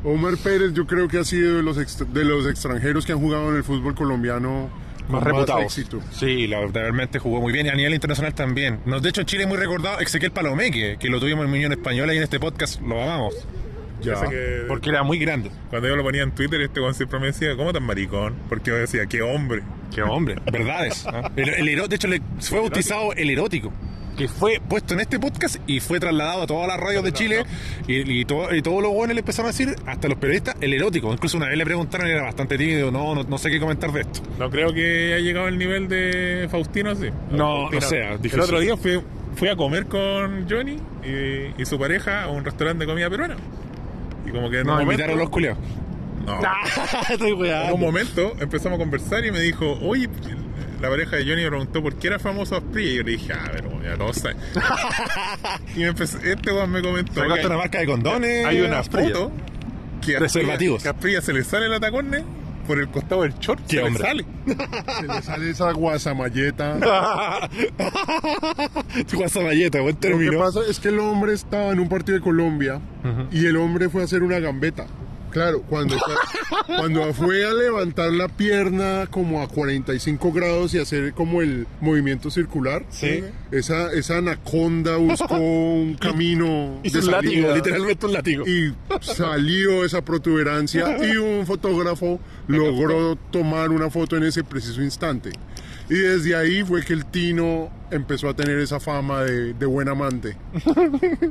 S2: Omar Pérez yo creo que ha sido de los, ext- de los extranjeros que han jugado en el fútbol colombiano con éxito.
S1: Sí, la, realmente jugó muy bien y a nivel internacional también. Nos, de hecho, en Chile es muy recordado Ezequiel Palomeque, que lo tuvimos en Unión Española y en este podcast lo amamos,
S2: Ya.
S3: Ese que-
S1: porque era muy grande.
S3: Cuando yo lo ponía en Twitter, este weón siempre me decía, ¿cómo tan maricón? Porque yo decía, qué hombre.
S1: Qué hombre, verdades. ¿ah? El, el ero- de hecho, le fue bautizado el erótico, que fue puesto en este podcast y fue trasladado a todas las radios de Chile. Y, y todo- y todos los buenos le empezaron a decir, hasta los periodistas, el erótico. Incluso una vez le preguntaron y era bastante tímido, no, no, no sé qué comentar de esto.
S3: No creo que haya llegado al nivel de Faustino, sí.
S1: No,
S3: Faustino.
S1: o sea, difícil.
S3: El otro día fui, fui a comer con Johnny y, y su pareja a un restaurante de comida peruana. Y como que en
S1: No,
S3: un
S1: invitaron los
S3: momento- Ah,
S1: culiados.
S3: No.
S1: Estoy
S3: En un momento empezamos a conversar y me dijo, oye, la pareja de Johnny me preguntó por qué era famoso Asprilla. Y yo le dije, ah, pero ya todos saben. y me empezó- este weón me comentó. que
S1: una marca de condones.
S3: Hay una
S1: Asprilla.
S3: foto que a
S1: Preservativos.
S3: Asprilla- que a Asprilla se le sale la tacones por el costado del short.
S1: Qué
S3: se
S1: hombre.
S3: le sale.
S2: Se le sale esa guasamalleta.
S1: Guasamalleta, buen
S2: Lo que
S1: término.
S2: pasa es que el hombre estaba en un partido de Colombia y el hombre fue a hacer una gambeta. Claro, cuando, está- cuando fue a levantar la pierna como a 45 grados y hacer como el movimiento circular,
S1: Sí.
S2: esa, esa anaconda buscó un camino
S1: Hizo un
S2: salida
S1: látigo, literalmente un látigo.
S2: y salió esa protuberancia y un fotógrafo logró tomar una foto en ese preciso instante. Y desde ahí fue que el Tino empezó a tener esa fama de, de buen amante.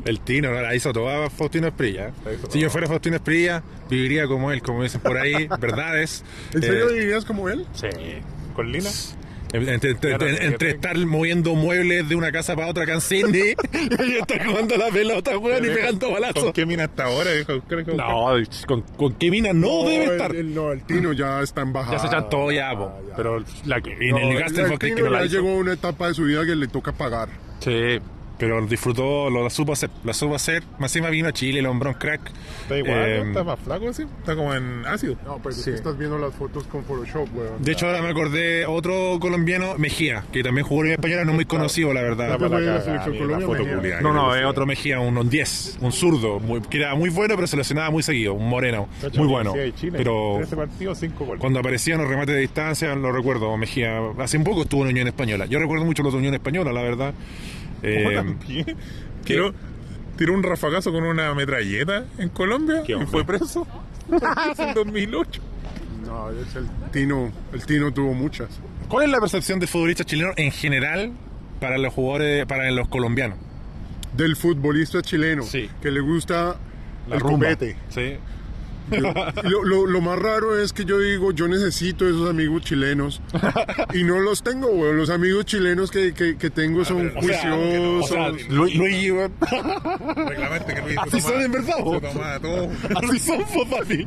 S1: El Tino, no, la hizo toda Faustino Esprilla. Si yo fuera Faustino Esprilla, viviría como él, como dicen por ahí, verdades.
S2: ¿En serio
S1: Eh,
S2: dirías como él?
S1: sí.
S3: Con Lina.
S1: Entre, entre-
S3: Claro,
S1: entre-
S3: que-
S1: entre estar moviendo muebles de una casa para otra acá en Sydney y estar jugando la pelota, weón, y pegando
S3: ¿Con
S1: balazos.
S3: qué mina hasta ahora? Dijo, creo que-
S1: No, con, con qué mina no, debe
S2: el-
S1: estar.
S2: el- no, el Tino ya está en bajada.
S1: ya se echan todo ya, po.
S2: ya.
S1: Pero la que, en
S2: No,
S1: el Gaster
S2: el
S1: fue que
S2: Tino
S1: no la
S2: ya
S1: hizo.
S2: llegó a una etapa de su vida que le toca pagar.
S1: Sí, pero disfrutó, lo, la supo hacer, la supo hacer. Más encima vino a Chile, el hombrón crack.
S3: Está igual,
S1: Eh,
S3: ¿no? está más flaco así. Está como en ácido.
S2: No, pero es que estás viendo las fotos con Photoshop, weón.
S1: De hecho, ahora me acordé otro colombiano, Mejía, que también jugó en Española, no muy conocido, la verdad.
S2: Este
S3: para
S2: güey de la
S3: cagar,
S2: selección
S3: mira,
S2: Colombia,
S3: foto
S2: me-
S3: culiada.
S1: No, no, es otro Mejía, un, un 10, un zurdo, muy- que era muy bueno, pero se lesionaba muy seguido, un moreno, muy bueno.
S3: Sí, Chile,
S1: Pero
S3: 13 partidos, 5 goles.
S1: cuando aparecían los remates de distancia, lo recuerdo, Mejía, hace un poco estuvo en Unión Española. Yo recuerdo mucho los de Unión Española, la verdad. Eh,
S3: También. Tiró, tiró un rafagazo con una metralleta en Colombia y fue preso. en 2008.
S2: No, es el Tino, el Tino tuvo muchas.
S1: ¿Cuál es la percepción de futbolista chileno en general para los jugadores, para los colombianos?
S2: Del futbolista chileno
S1: Sí.
S2: que le gusta
S1: La
S2: el
S1: rumba.
S2: copete.
S1: Sí.
S2: Lo, lo- lo más raro es que yo digo, yo necesito esos amigos chilenos y no los tengo, weón. Los amigos chilenos que, que- que tengo son
S1: o sea, O
S2: juiciosos.
S1: sea, Lu- Luigi, weón.
S3: Reclamaste que Luis
S1: Así son en verdad,
S3: Se
S1: vos.
S3: tomaba todo.
S1: Así son, po, papi.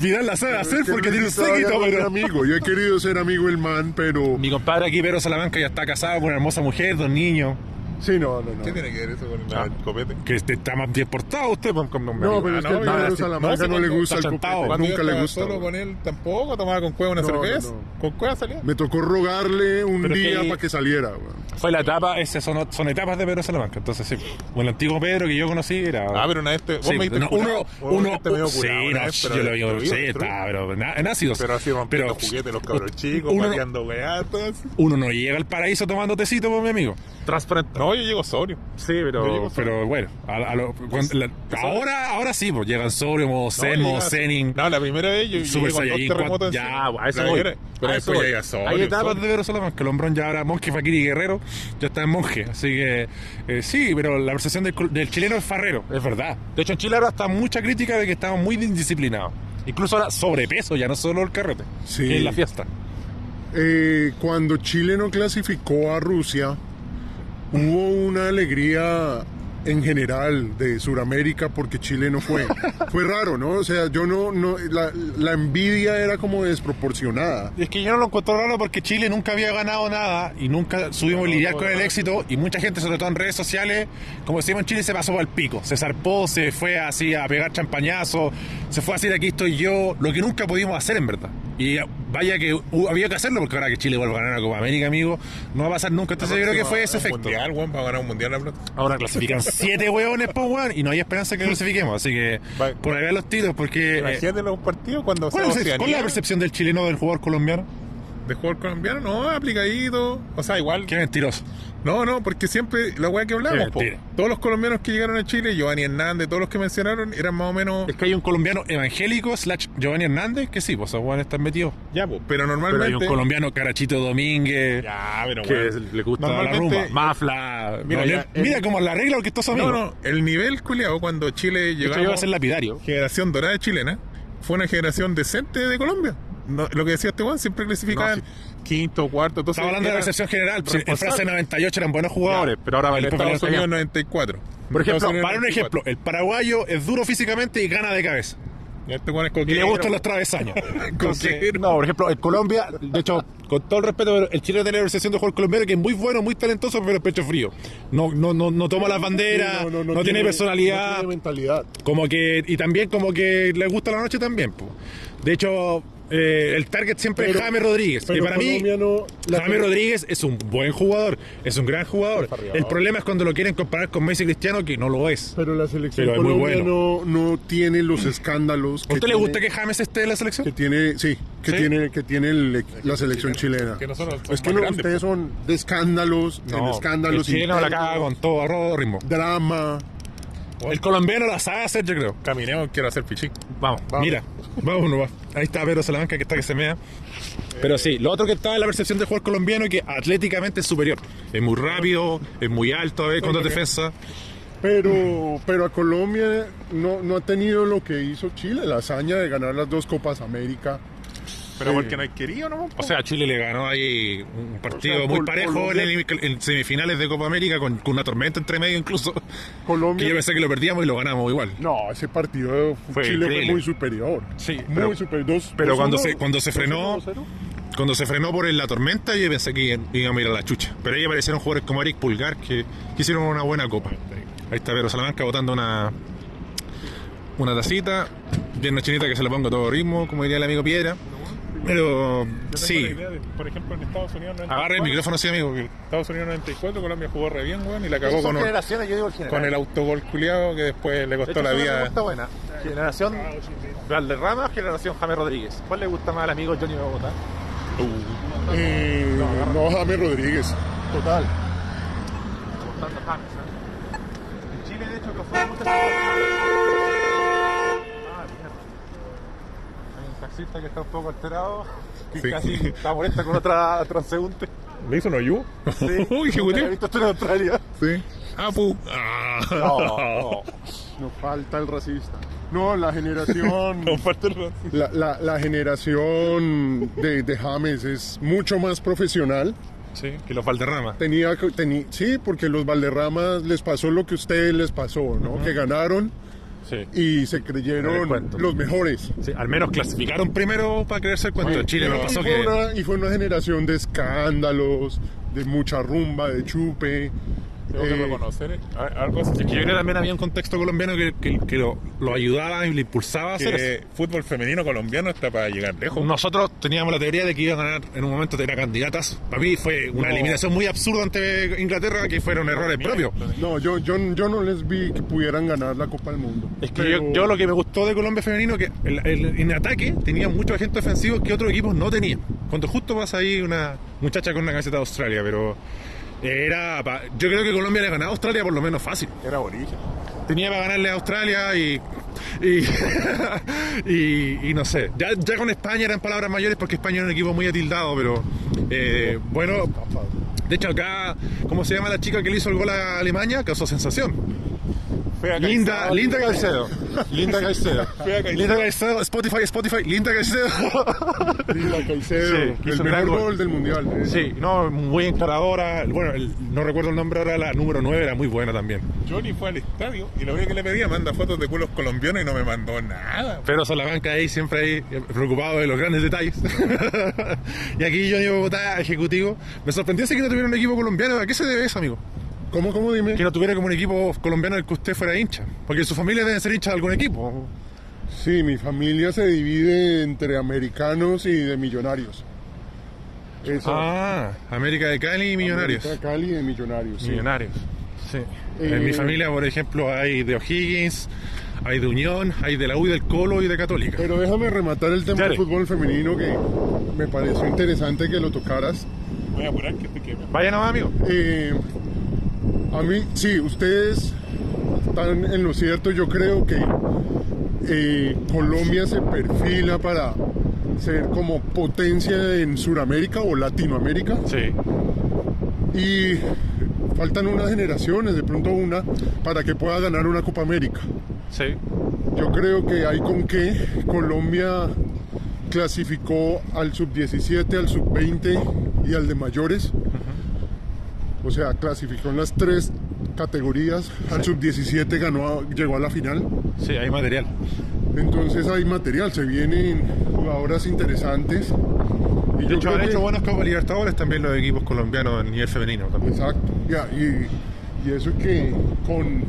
S1: Vidal la sabe hacer porque tiene un séquito,
S2: pero...
S1: pero.
S2: amigo. Yo he querido ser amigo el man, pero...
S1: Mi compadre aquí, Pedro Salamanca, ya está casado con una hermosa mujer, dos niños.
S2: Sí, no, no, no.
S3: ¿Qué tiene que ver eso con la- el copete?
S1: Que este está más bien portado usted, pues, con con-
S2: No, pero
S1: Ah,
S2: es que el Pedro
S1: sí.
S2: Salamanca
S1: sí,
S2: no le
S1: cuando
S2: gusta el
S1: está chantado.
S2: copete.
S1: Cuando
S2: Nunca
S3: yo
S2: le
S3: estaba
S2: gusta,
S3: solo
S2: weón.
S3: con él tampoco, tomaba con cueva una
S2: No,
S3: cerveza.
S2: no, no.
S3: Con cueva salía.
S2: Me tocó rogarle un
S1: Pero es que
S2: día
S1: ahí-
S2: para que saliera, weón.
S1: Fue la etapa, esas son, son etapas de Pedro Salamanca. Entonces, sí. Bueno, el antiguo Pedro que yo conocí era.
S3: Ah, pero una vez te, vos
S1: Sí,
S3: me diste
S1: no,
S3: curado,
S1: uno,
S3: vos me
S1: uno,
S3: diste este medio
S1: sí,
S3: curado una
S1: no,
S3: vez,
S1: yo
S3: pero
S1: lo vi,
S3: destruido,
S1: sí,
S3: destruido.
S1: está, pero na- en ácidos.
S3: Pues, Pero así rompiendo juguetes los cabros chicos,
S1: uno-
S3: pateando weá, todo eso.
S1: Uno no llega al paraíso tomando tecito, pues, mi amigo.
S5: Transparente.
S3: No, yo llego sobrio.
S5: Sí,
S3: Yo llego
S5: pero.
S3: sobrio.
S1: Pero bueno, a- a lo- cuando- la- ahora, ahora sí, pues llegan sobre Modo
S3: No,
S1: Zen, Modo
S3: llegas-
S1: Zenin.
S3: No, la primera vez yo
S1: Super
S3: llegué con dos
S1: Saiyajin
S3: terremotos
S1: cuatro-
S3: encima.
S1: ya, Ah, a eso
S3: La
S1: voy.
S3: primera- Pero
S1: A eso
S3: después
S1: voy.
S3: llega sobrio.
S1: Hay etapas
S3: sobrio.
S1: de Pedro Salamanca. El hombrón ya ahora monje, Fakiri y guerrero. Ya está en monje. Así que eh, sí, pero la percepción del, col- del chileno es farrero. Es verdad. De hecho, en Chile ahora está mucha crítica de que estamos muy indisciplinados. Incluso ahora sobrepeso, ya no solo el carrete.
S2: Sí.
S1: Que es la fiesta.
S2: Eh, cuando Chile no clasificó a Rusia, hubo una alegría en general de Sudamérica porque Chile no fue. fue raro, ¿no? O sea, yo no, no la, la envidia era como desproporcionada.
S1: Es que yo no lo encuentro raro porque Chile nunca había ganado nada y nunca subimos lidiar con el éxito y mucha gente, sobre todo en redes sociales, como decimos en Chile, se pasó al pico, se zarpó, se fue así a pegar champañazos, se fue a decir aquí estoy yo, lo que nunca pudimos hacer en verdad. Y vaya que hu- había que hacerlo porque ahora que Chile vuelve a ganar la Copa América, amigo, no va a pasar nunca. Entonces yo creo que fue ese
S3: Un
S1: efecto.
S3: Mundial, weón, para ganar un mundial la plata.
S1: Ahora clasifican siete hueones, po, weón, y no hay esperanza que clasifiquemos. Así que
S3: Va-
S1: por ahí vean los tiros porque... eh,
S3: Imagínate los partidos cuando
S1: ¿Cuál
S3: sea
S1: es, cuál es la
S3: Oceanía,
S1: percepción del chileno del jugador colombiano?
S3: de jugador colombiano, no, aplicadito. O sea, igual.
S1: Qué mentiroso.
S3: No, no, porque siempre la weá que hablamos,
S1: Qué
S3: po.
S1: mentira.
S3: todos los colombianos que llegaron a Chile, Giovanni Hernández, todos los que mencionaron, eran más o menos.
S1: Es que hay un colombiano evangélico, slash Giovanni Hernández, que sí, pues esos weones están metidos.
S3: Ya, po, pero
S1: Pero
S3: normalmente.
S1: hay un colombiano, Carachito Domínguez,
S3: Ya, pero
S1: que
S3: weón.
S1: es- le gusta la
S3: Normalmente-
S1: rumba, mafla.
S3: Mira,
S1: Mira,
S3: ya, el-
S1: mira cómo la regla porque estos amigos.
S3: No, no, el nivel culiado cuando Chile
S1: Esto lleva a
S3: llegamos
S1: ser lapidario.
S3: generación dorada chilena, fue una generación decente de Colombia. No, lo que decía este Juan, siempre clasificaban
S1: No,
S3: quinto, cuarto, entonces.
S1: Estaba hablando de la
S3: era-
S1: percepción general. pues, en
S3: responsable.
S1: Francia 98 eran buenos jugadores,
S3: Ya,
S1: pero ahora
S3: en
S1: el
S3: Estados
S1: popular-
S3: Unidos 94.
S1: Por
S3: Estados
S1: ejemplo,
S3: Unidos
S1: para un
S3: 94.
S1: ejemplo, el paraguayo es duro físicamente y gana de cabeza.
S3: Y este Juan es
S1: Y le
S3: coquero.
S1: gustan los travesaños.
S3: Coquero.
S1: No, por ejemplo, en Colombia, de hecho, con todo el respeto, pero el chileno tiene la percepción de jugador colombiano que es muy bueno, muy talentoso, pero pecho frío. No, no, no, no toma las banderas, no, tiene, personalidad.
S2: No tiene mentalidad.
S1: Como que, y también como que le gusta la noche también. po. De hecho, eh, el target siempre es
S2: Pero-
S1: James Rodríguez. Y
S2: Pero
S1: para mí,
S2: Colombia no- la-
S1: James Rodríguez es un buen jugador, es un gran jugador. El problema es cuando lo quieren comparar con Messi Cristiano, que no lo es.
S2: Pero la selección
S1: Pero es muy
S2: Colombia
S1: bueno.
S2: no, no tiene los escándalos.
S1: ¿A
S2: que
S1: usted le
S2: tiene-
S1: gusta que James esté en la selección?
S2: que tiene, sí, que
S1: ¿Sí?
S2: tiene, que tiene el- la selección chilena.
S3: que nosotros somos
S2: es que
S3: más
S2: no,
S3: grandes,
S2: ustedes son de escándalos, en
S1: el
S2: escándalos,
S1: chileno la
S2: internos,
S1: caga con todo, a todo ritmo.
S2: drama.
S1: El colombiano la sabe hacer, yo creo.
S3: Caminemos, quiero hacer pichín.
S1: Vamos, mira, vamos nomás. Ahí está Pedro Salamanca que está que se mea. Pero sí, lo otro que está es la percepción del jugador colombiano que atléticamente es superior. Es muy rápido, es muy alto, eh, a ver, contra defensa.
S2: Pero, pero a Colombia no, no ha tenido lo que hizo Chile, la hazaña de ganar las dos Copas América.
S3: Pero porque no hay querido, ¿no?
S1: O sea, Chile le ganó ahí un partido
S2: O sea,
S1: muy
S2: Col-
S1: parejo en,
S2: Colombia-
S1: el- en semifinales de Copa América con, con una tormenta entre medio incluso. Que yo
S2: Colombia.
S1: pensé que lo perdíamos y lo ganamos igual.
S2: No, ese partido
S1: Fue
S2: Chile
S1: increíble.
S2: fue muy superior.
S1: Sí,
S2: muy
S1: pero-
S2: superior. Dos-
S1: pero
S2: dos
S1: cuando
S2: uno,
S1: se- cuando se
S2: dos
S1: frenó-
S2: uno, cero.
S1: Cuando se frenó por la tormenta yo pensé que íbamos a ir a la chucha. Pero ahí aparecieron jugadores como Eric Pulgar que, que hicieron una buena copa. Ahí está Pedro Salamanca botando una, una tacita. Bien una chinita que se la pongo a todo ritmo, como diría el amigo Piedra. Pero sí,
S3: por ejemplo, en Estados Unidos
S1: agarra el micrófono sí amigo. que-
S3: Estados Unidos 94, Colombia jugó re bien, weón, y la cagó
S5: Son
S3: con, un-
S5: generaciones, yo digo en general.
S3: con el autogol culiado que después le
S5: De
S3: costó
S5: hecho,
S3: la
S5: solo me
S3: vida.
S5: gusta buena. Generación
S1: Ah,
S5: Valderrama o generación James Rodríguez. ¿Cuál le gusta más al amigo Johnny de Bogotá?
S2: Eh, no, James Rodríguez.
S5: Total. Gustando James, ¿eh? En Chile, de hecho, que fue mucho. Ah, mierda. Hay un taxi. taxista que está un poco alterado, que
S3: Sí.
S5: casi está molesta con otra transeúnte.
S3: ¿Le hizo un hoyo?
S5: Sí,
S3: Uy, qué
S5: nunca
S3: bueno.
S5: he visto esto en Australia.
S3: Sí. Ah, pu. Ah.
S1: Oh.
S5: No, no.
S2: Nos falta el racista. No, la generación.
S3: No, falta el-
S2: La, la- la generación de, de James es mucho más profesional.
S1: Sí. Que los Valderrama.
S2: Tenía, que- teni- sí, porque los Valderramas les pasó lo que a ustedes les pasó, ¿no? Que ganaron
S1: Sí.
S2: y se
S1: No les
S2: creyeron
S1: cuento.
S2: los mejores.
S1: Sí, al menos clasificaron primero para creerse el cuento. En Chile me
S2: y,
S1: pasó
S2: fue
S1: que.
S2: una, y fue una generación de escándalos, de mucha rumba, de chupe.
S3: Tengo que
S2: eh,
S3: reconocer eh, algo
S1: Que
S3: así.
S1: yo creo que también había un contexto colombiano que, que- que lo, lo ayudaba y lo impulsaba a hacer eso.
S3: que fútbol femenino colombiano está para llegar lejos.
S1: Nosotros teníamos la teoría de que iba a ganar en un momento tenía candidatas. Para mí fue una eliminación muy absurda ante Inglaterra que fueron errores propios.
S2: no, yo, yo, yo no les vi que pudieran ganar la Copa del Mundo.
S1: Es que
S2: Pero-
S1: yo, yo lo que me gustó de Colombia femenino que el- el- en ataque tenía muchos agentes ofensivos que otros equipos no tenían. Cuando justo pasa ahí una muchacha con una camiseta de Australia, pero era pa- yo creo que Colombia le ganaba a Australia por lo menos fácil.
S3: Era origen.
S1: Tenía para ganarle a Australia y y, y- y no sé. Ya, ya con España eran palabras mayores porque España era un equipo muy atildado, pero eh, bueno. De hecho acá, ¿cómo se llama la chica que le hizo el gol a Alemania? Causó sensación.
S3: Fea
S1: Linda,
S3: calzada,
S1: Linda Caicedo. Linda Caicedo.
S3: Fea Caicedo.
S1: Linda Caicedo, Spotify, Spotify, Linda Caicedo.
S2: Linda Caicedo,
S1: Sí, que hizo
S2: el
S1: un gran
S2: mejor
S1: gol.
S2: gol del mundial. eh.
S1: Sí, no, muy encaradora. Bueno, el- no recuerdo el nombre ahora, la número 9 era muy buena también.
S3: Johnny fue al estadio y lo único que le pedía manda fotos de culos colombianos y no me mandó nada.
S1: Pero Salamanca ahí siempre ahí eh, preocupado de los grandes detalles. y aquí Johnny Bogotá, ejecutivo. Me sorprendió ese que no tuviera un equipo colombiano. ¿A qué se debe eso, amigo?
S2: ¿Cómo, cómo dime?
S1: Que no tuviera como un equipo colombiano del que usted fuera hincha. Porque su familia debe ser hincha de algún equipo.
S2: Sí, mi familia se divide entre americanos y de millonarios. Eso.
S1: Ah, América de Cali y Millonarios.
S2: América, Cali y de millonarios. sí.
S1: Millonarios. Sí.
S2: Eh,
S1: en mi familia, por ejemplo, hay de O'Higgins, hay de Unión, hay de la U, y del Colo y de Católica.
S2: Pero déjame rematar el tema
S1: Dale.
S2: del fútbol femenino que me pareció interesante que lo tocaras.
S3: Voy a apurar que te queme.
S1: Vaya nomás, amigo.
S2: Eh, a mí, sí, ustedes están en lo cierto. Yo creo que eh, Colombia se perfila para ser como potencia en Sudamérica o Latinoamérica.
S1: Sí.
S2: y faltan unas generaciones, de pronto una, para que pueda ganar una Copa América.
S1: Sí.
S2: Yo creo que hay con qué Colombia clasificó al sub-17, al sub-20 y al de mayores. O sea, clasificó en las tres categorías. Al sub-17 ganó, a- llegó a la final.
S1: Sí, hay material.
S2: Entonces hay material, se vienen jugadoras interesantes. Y
S1: De
S2: yo
S1: hecho,
S2: creo
S1: han
S2: que-
S1: hecho buenos Copa Libertadores también los equipos colombianos en nivel femenino. También.
S2: Exacto. Ya, y, y eso que con,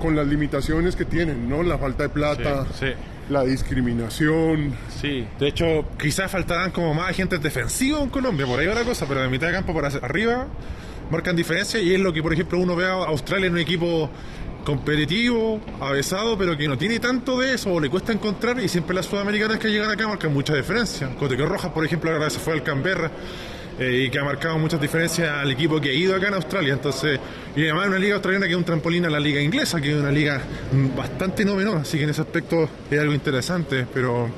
S2: con las limitaciones que tienen, ¿no? La falta de plata,
S1: Sí,
S2: la discriminación.
S1: sí. De hecho, quizás faltarán como más agentes defensivos en Colombia, por ahí va la cosa, pero de mitad de campo para hacia arriba marcan diferencia y es lo que, por ejemplo, uno ve a Australia en un equipo competitivo, avesado, pero que no tiene tanto de eso, o le cuesta encontrar, y siempre las sudamericanas que llegan acá marcan mucha diferencia. Cotequeo Rojas, por ejemplo, ahora se fue al Canberra, eh, y que ha marcado muchas diferencias al equipo que ha ido acá en Australia. Entonces, y además una liga australiana que es un trampolín a la liga inglesa, que es una liga mm, bastante no menor, así que en ese aspecto es algo interesante, pero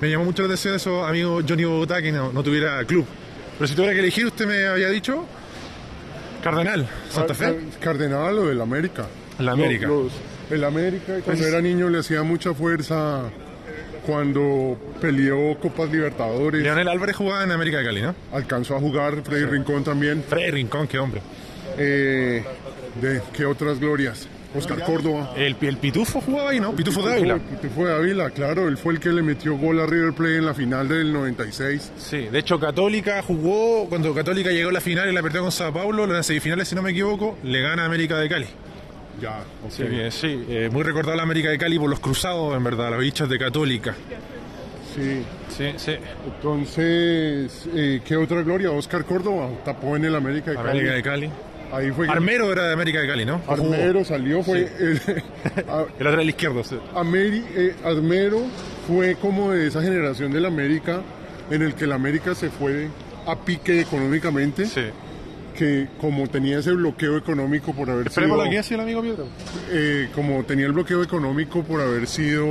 S1: me llamó mucho la atención eso, amigo Johnny Bogotá, que no, no tuviera club. Pero si tuviera que elegir, usted me había dicho Cardenal, Santa
S2: Car- eh,
S1: Fe,
S2: Cardenal o del América.
S1: la América. Pues-
S2: Los- el América, cuando era niño, le hacía mucha fuerza cuando peleó Copas Libertadores.
S1: Leonel Álvarez jugaba en América de Cali, ¿no?
S2: Alcanzó a jugar Freddy Rincón también.
S1: Freddy Rincón, qué hombre.
S2: Eh, ¿De qué otras glorias? Oscar Córdoba.
S1: El, el Pitufo jugaba ahí, ¿no? Pitufo de Ávila.
S2: Fue- Fue Ávila, claro. Él fue el que le metió gol a River Plate en la final del 96.
S1: Sí, de hecho Católica jugó, cuando Católica llegó a la final y la perdió con Sao Paulo, en las semifinales, si no me equivoco, le gana a América de Cali.
S2: Ya, ok.
S1: Sí, que sí, eh, muy recordada la América de Cali por los cruzados, en verdad, los hinchas de Católica.
S2: Sí.
S1: Sí, sí.
S2: Entonces, eh, ¿qué otra gloria? Oscar Córdoba tapó en el América de Cali.
S1: América de Cali.
S2: Ahí fue.
S1: Armero era de América de Cali, ¿no? O jugó.
S2: Armero salió, fue. el- a-
S1: El lateral izquierdo, sí.
S2: Ameri- eh, Armero fue como de esa generación del América en el que el América se fue a pique económicamente,
S1: sí.
S2: que como tenía ese bloqueo económico por haber
S1: Esperemos
S2: sido.
S1: lo que hace el amigo Pietro.
S2: eh, como tenía el bloqueo económico por haber sido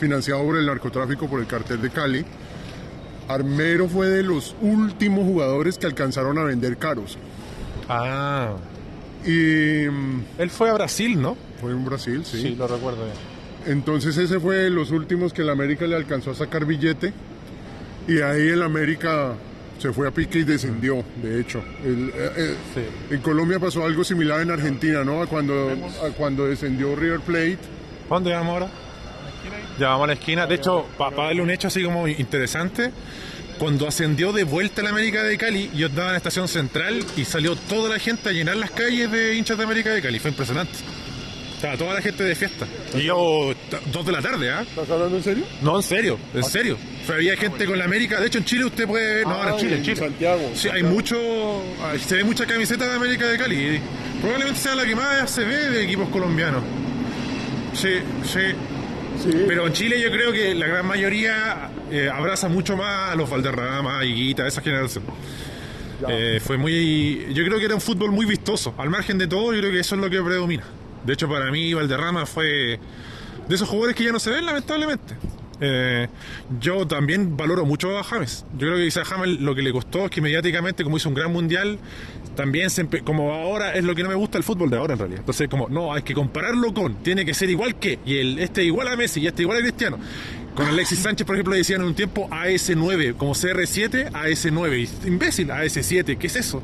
S2: financiado por el narcotráfico, por el cartel de Cali. Armero fue de los últimos jugadores que alcanzaron a vender caros.
S1: Ah.
S2: Y mm,
S1: Él fue a Brasil, ¿no?
S2: fue en Brasil, sí.
S5: lo recuerdo bien.
S2: Entonces ese fue de los últimos que el América le alcanzó a sacar billete. Y ahí el América se fue a pique y descendió, de hecho. El- eh, eh, En Colombia pasó algo similar en Argentina, ¿no? A cuando, a cuando descendió River Plate.
S1: ¿Cuándo llevamos ahora? Ya vamos a la esquina. De hecho, para darle un hecho así como interesante, cuando ascendió de vuelta la América de Cali, yo estaba en la estación central y salió toda la gente a llenar las calles de hinchas de América de Cali. Fue impresionante. Estaba toda la gente de fiesta. Y yo, t- dos de la tarde, ¿ah?
S2: ¿Estás hablando en serio?
S1: No, en serio, en serio. O sea, había gente con la América. De hecho, en Chile usted puede ver. No, ahora en Chile, Ah, en Chile.
S2: Santiago.
S1: Sí, hay mucho. hay- Se ve mucha camiseta de América de Cali. y Probablemente sea la que más se ve de equipos colombianos. Sí, sí.
S2: Sí.
S1: Pero en Chile yo creo que la gran mayoría eh, abraza mucho más a los Valderrama, a Higuita, a esa generación. Eh, fue muy. Yo creo que era un fútbol muy vistoso. Al margen de todo, yo creo que eso es lo que predomina. De hecho, para mí, Valderrama fue de esos jugadores que ya no se ven, lamentablemente. Eh, yo también valoro mucho a James. Yo creo que quizá a James lo que le costó es que mediáticamente, como hizo un gran mundial, también se empe- como ahora es lo que no me gusta el fútbol de ahora en realidad. Entonces, como, no, hay que compararlo con, tiene que ser igual que, y el, este igual a Messi, y este igual a Cristiano. Con Alexis Sánchez, por ejemplo, le decían en un tiempo AS9, como CR7, AS9. Y, Imbécil, AS7, ¿qué es eso?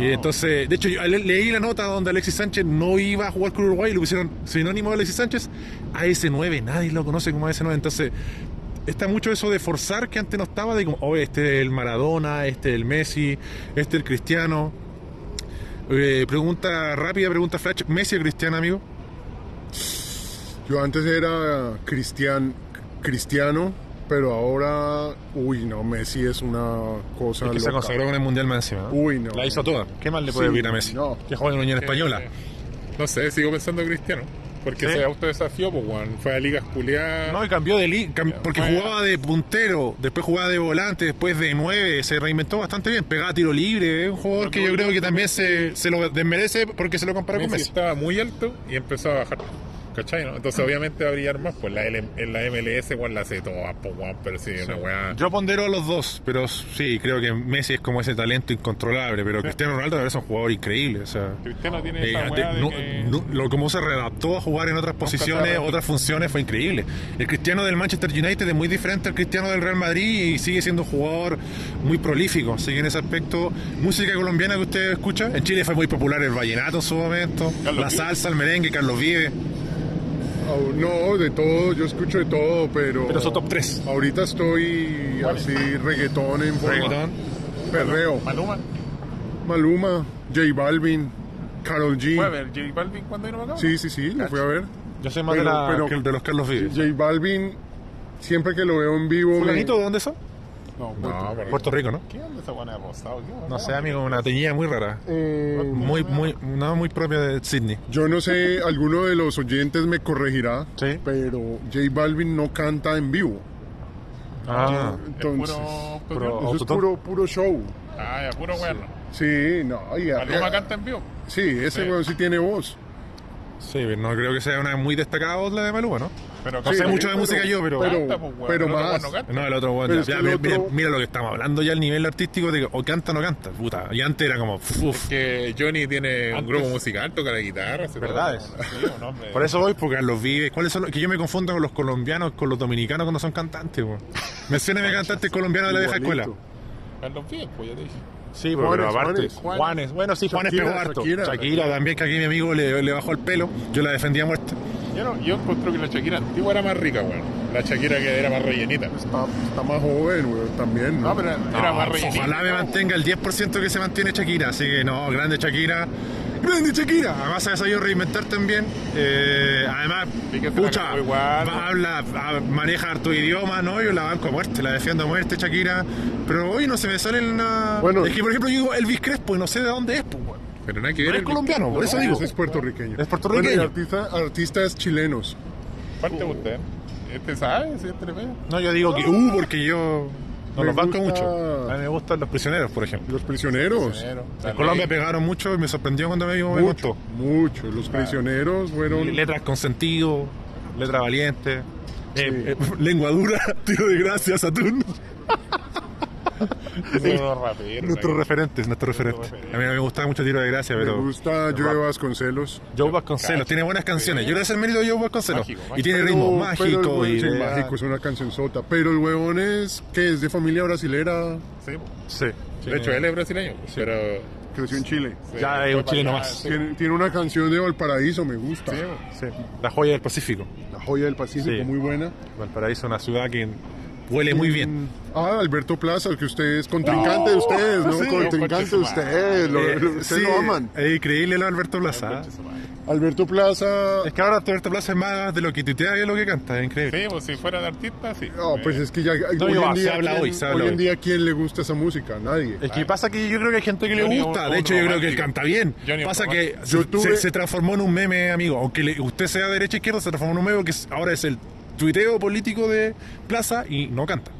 S1: Y entonces, de hecho, yo le- leí la nota donde Alexis Sánchez no iba a jugar con Uruguay y le pusieron sinónimo de Alexis Sánchez AS9, nadie lo conoce como AS9. Entonces, está mucho eso de forzar que antes no estaba, de como, oye, este es el Maradona, este es el Messi, este es el Cristiano. Eh, pregunta rápida, pregunta flash, ¿Messi o Cristiano, amigo?
S2: Yo antes era cristian, cristiano, pero ahora, uy, no, Messi es una cosa
S1: Que se
S2: loca.
S1: consagró con el Mundial más encima. ¿no?
S2: Uy, no.
S1: La hizo toda. ¿Qué más le puede
S2: Sí,
S1: pedir a Messi?
S2: no.
S1: Que juega en la Unión Española.
S3: Eh, No sé, sigo pensando Cristiano. Porque
S1: Sí.
S3: se autodesafió, pues, weón. Fue a ligas culiadas.
S1: No, y cambió de liga, porque jugaba de puntero, después jugaba de volante, después de nueve, se reinventó bastante bien, pegaba tiro libre, es un jugador que yo creo que también se, se lo desmerece porque se lo compara con
S3: Messi
S1: Messi.
S3: estaba muy alto y empezó a bajar. ¿Cachai? no? Entonces, obviamente va a brillar más. Pues la, L- en la MLS, weón, la hace toda, pues, weón. Pero sí, una weá.
S1: Yo pondero a los dos, pero sí, creo que Messi es como ese talento incontrolable, pero Cristiano Ronaldo ahora es un jugador increíble, o sea...
S3: Cristiano tiene
S1: eh,
S3: esa
S1: de-
S3: weá de
S1: no-
S3: que-
S1: no- lo como se readaptó a jugar en otras posiciones,
S3: readaptó.
S1: otras funciones, fue increíble. El cristiano del Manchester United es muy diferente al cristiano del Real Madrid y sigue siendo un jugador muy prolífico. Así que en ese aspecto, música colombiana que usted escucha, en Chile fue muy popular el vallenato en su momento,
S3: Carlos
S1: la
S3: Vives.
S1: salsa, el merengue, Carlos Vive,
S2: Ah, No, de todo, yo escucho de todo, pero...
S1: pero son top 3.
S2: Ahorita estoy así, reggaetón en forma. Perreo.
S3: Maluma.
S2: Maluma, J Balvin, Carol G.
S3: ¿Fue a ver J Balvin cuando vino acá?
S2: Sí, sí, sí, lo fui a ver.
S1: Yo soy más
S2: Pero-
S1: de, la-
S2: pero-
S1: que el de los Carlos Vive.
S2: J Balvin, siempre que lo veo en vivo... me-
S1: ¿Fulanito de dónde son?
S2: No,
S3: No, Ah, pero.
S1: Ah, Puerto Rico, ¿no?
S3: ¿Qué onda esa weá de apostado? ¿Qué weá?
S1: No sé, amigo, una teñida muy rara.
S2: eh,
S1: Muy, muy, no, muy propia de Sydney.
S2: yo no sé, alguno de los oyentes me corregirá,
S1: Sí.
S2: pero J Balvin no canta en vivo.
S1: Ah,
S2: Entonces,
S3: Puro-
S1: Pero- oh.
S2: eso es
S1: autotune.
S2: puro, puro show.
S3: Ah, ya, puro weón. ¿no?
S2: Sí, no, y-
S3: Maluma canta en vivo.
S2: Sí, ese
S1: Eh.
S3: Sí.
S2: weón sí tiene voz.
S1: sí, pero no creo que sea una muy destacada voz la de Maluma, ¿no?
S3: Pero
S1: No sé
S3: canta-
S1: mucho de música yo, pero.
S2: Pero,
S3: Canta, pues, weón.
S2: pero
S3: El otro
S2: más.
S3: weón no canta.
S1: No, el otro, bueno,
S2: Pero es
S1: ya,
S2: que el
S1: mira, mira-
S2: otro-
S1: mira lo que estamos hablando ya al nivel artístico de que o canta o no canta, puta. Y antes era como, uff.
S3: Que Johnny tiene
S1: Antes-
S3: un grupo musical, toca la guitarra. hace
S1: Verdades.
S3: todo. Sí, un hombre.
S1: Por eso voy, porque los vive. ¿Cuáles son los- Que yo me confundo con los colombianos, con los dominicanos cuando son cantantes, weón. Mencióneme cantantes colombianos de la vieja escuela.
S2: Igualito.
S3: Carlos Vives, pues ya te dije.
S1: Sí,
S2: pero Juanes, aparte- Juanes.
S1: Juanes. Bueno, sí, Juanes
S2: Shakira,
S1: pegó harto. Shakira,
S2: Shakira.
S1: también, que aquí mi amigo le, le bajó el pelo. Yo la defendía a muerte.
S3: Yo, no, yo encuentro que la Shakira antigua era más rica, weón. La Shakira que era más rellenita.
S2: Está, está más joven, weón, también. ¿no?
S1: Ah,
S3: No, pero era
S1: No,
S3: más rellenita.
S1: Ojalá me mantenga el 10% que se mantiene Shakira. Así que no, grande Shakira. Grande Shakira. Además se ha sabido reinventar también. Eh, además,
S3: Fíjate, la
S1: pucha,
S3: cagó igual.
S1: va- habla, ha- maneja harto idioma, ¿no? Yo la banco a muerte, la defiendo a muerte Shakira. Pero hoy no se me sale nada.
S2: Bueno.
S1: es que por ejemplo yo digo Elvis Crespo y no sé de dónde es, pues, weón.
S3: Pero nada que
S1: No
S3: ver.
S1: es
S3: el-
S1: colombiano, por eso digo.
S2: Ese es puertorriqueño.
S1: Es puertorriqueño.
S2: Bueno, y artista- artistas chilenos.
S3: Parte usted. Este sabe, si este le pega.
S1: No, yo digo que, uh, porque yo no
S2: Me
S1: los banco
S2: gusta-
S1: mucho. A mí me gustan los prisioneros, por ejemplo.
S2: Los prisioneros.
S1: Pues, En Colombia pegaron mucho y me sorprendió cuando me vimos.
S2: Mucho,
S1: Ah.
S2: mucho. Los prisioneros fueron.
S1: Letras con sentido, letra valiente. Eh, Lengua dura, tiro de gracia, Saturn. Nuestros referentes, nuestros referentes. A mí no me gustaba mucho tiro de gracia,
S2: Me
S1: pero
S2: gusta Joe Vasconcelos.
S1: Joe Vasconcelos tiene buenas canciones. Yo creo que es el mérito de Joe Vasconcelos.
S3: Mágico,
S1: Y
S3: mágico.
S1: tiene
S2: Pero-
S1: ritmo
S2: pero el
S1: mágico
S2: huevón-
S1: y
S2: sí,
S1: de-
S2: mágico, es una canción sota. Pero el huevón es que es de familia brasilera,
S3: Sí, po.
S1: Sí.
S3: de hecho, él es brasileño, pues, pero.
S2: creció en Chile.
S1: Ya
S3: eh,
S1: es un
S3: fue
S1: chileno
S3: para-
S1: más.
S3: sí,
S2: Tiene, tiene una canción de Valparaíso, me gusta.
S3: sí,
S1: Sí. La joya del Pacífico.
S2: La joya del Pacífico,
S1: Sí.
S2: muy buena.
S1: Valparaíso, una ciudad que huele muy bien.
S2: Ah, Alberto Plaza, el que usted es
S1: Oh,
S2: contrincante de ustedes, ¿no?
S3: Sí,
S2: contrincante de
S3: conche su madre.
S2: ustedes, lo,
S1: Eh,
S2: lo- ustedes
S1: sí,
S2: lo aman.
S1: Es increíble el Alberto Plaza. ¿eh?
S2: Alberto Plaza,
S1: Es que ahora Alberto Plaza es más de lo que tuitea que lo que canta, es increíble.
S3: Sí, pues si fuera de artista, sí.
S2: no, pues es que ya
S1: No,
S2: hoy,
S1: yo,
S2: en
S1: se
S2: día,
S1: habla
S2: ¿quién,
S1: hoy, se habla
S2: en
S1: hoy. Eh,
S2: día, ¿quién le gusta esa música? Nadie.
S1: Es que pasa que yo creo que hay gente que le
S3: Johnny
S1: gusta.
S3: Otto,
S1: De hecho, yo
S3: Otto
S1: creo que él
S3: Romántico.
S1: canta bien.
S3: Johnny
S1: Pasa
S3: Otto
S1: que
S2: Yo
S1: se,
S2: tuve-
S1: se- se transformó en un meme, amigo. Aunque le- usted sea derecha o izquierda, se transformó en un meme porque es- ahora es el tuiteo político de Plaza y no canta.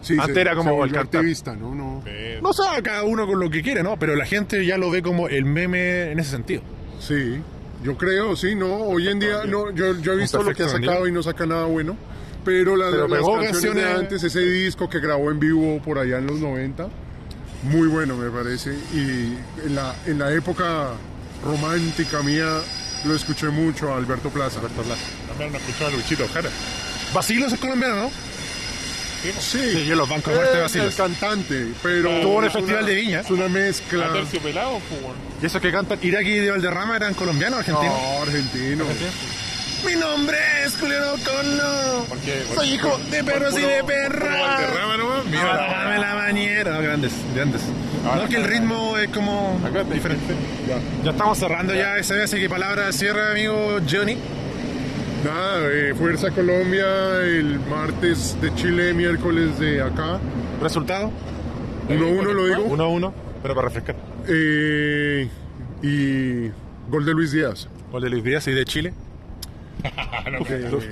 S2: Sí,
S1: Antes era como
S2: volvió
S1: el cantante.
S2: activista, ¿no? no.
S3: Sí,
S1: No sabe cada uno con lo que quiere, ¿no? Pero la gente ya lo ve como el meme en ese sentido.
S2: Sí, yo creo, sí, no. Hoy en día, no, yo, yo he visto lo que ha
S1: perfecto,
S2: sacado y no saca nada bueno. Pero, la,
S1: Pero
S2: las
S1: pegó
S2: canciones de
S1: canciones-
S2: antes, ese disco que grabó en vivo por allá en los 90, muy bueno me parece. Y en la, en la época romántica mía lo escuché mucho a Alberto Plaza.
S3: también no escuchaba a Luchito Jara.
S1: Basilos es colombiano, ¿no?
S2: Sí,
S1: Sí, yo los bancos
S2: es
S1: fuerte de
S2: el
S1: Basilos.
S2: cantante, pero...
S1: Tuvo en el
S2: es una-
S1: Festival de Viña.
S2: Es una mezcla.
S1: Ah.
S3: A tercio pelado, pues. bueno.
S1: Y esos que cantan Iraqui de Valderrama eran colombianos, argentinos.
S2: No, argentino.
S1: Mi nombre es Juliano Colo.
S3: Porque.
S1: Soy hijo de perros y de Ah, perras.
S3: Valderrama nomás, mira.
S1: Dame la bañera. No, grandes, grandes.
S3: Ah,
S1: No, que el ritmo es como
S3: Acá está
S1: diferente. Ya estamos cerrando ya ese día, así que palabra de cierre, amigo Johnny.
S2: Nada, eh, Fuerza Colombia el martes de Chile, miércoles de acá.
S1: Resultado,
S2: 1 uno lo digo.
S1: 1 a 1, pero para refrescar.
S2: Eh, y gol de Luis Díaz.
S1: Gol de Luis Díaz y de Chile.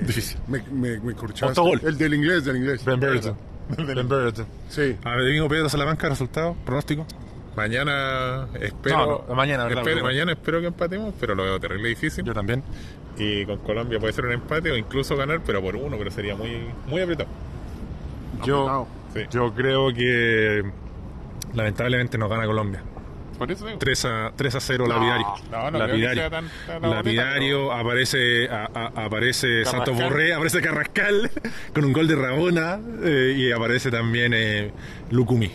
S1: Difícil.
S2: Me, me, me corchaste.
S1: Autogol.
S2: El del inglés, del inglés.
S1: Ben Ah. Brereton. Ben Brereton.
S2: Sí.
S1: A ver, Domingo Pedro Salamanca, resultado, pronóstico.
S3: Mañana
S1: No,
S3: espero.
S1: no, mañana, claro,
S3: espero-
S1: claro.
S3: mañana espero que empatemos, pero lo veo terrible difícil.
S1: Yo también.
S3: Y con Colombia puede ser un empate o incluso ganar, pero por uno, pero sería muy, muy apretado.
S1: Yo,
S3: Sí.
S1: yo creo que lamentablemente nos gana Colombia.
S3: Por eso digo.
S1: 3 a, 3 a 0 lapidario.
S3: no, no creo que
S1: lapidario.
S3: sea tan- tan la
S1: lapidario, aparece, a- a- aparece Santos
S3: Carrascal.
S1: Borré, aparece Carrascal con un gol de Rabona eh, y aparece también eh, Lucumi.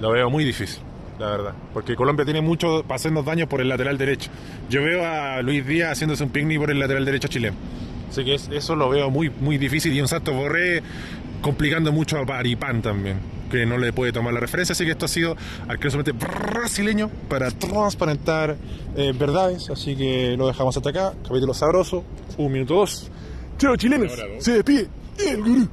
S1: Lo veo muy difícil, la verdad. Porque Colombia tiene mucho para hacernos daño por el lateral derecho. Yo veo a Luis Díaz haciéndose un picnic por el lateral derecho chileno. Así que es- eso lo veo muy, muy difícil y un Santos Borré complicando mucho a Paripán también, que no le puede tomar la referencia. Así que esto ha sido arquero solamente brasileño para transparentar eh, verdades. Así que lo dejamos hasta acá. Capítulo sabroso, un minuto dos. Chao, chilenos.
S3: Ahora dos.
S1: Se despide el gurú.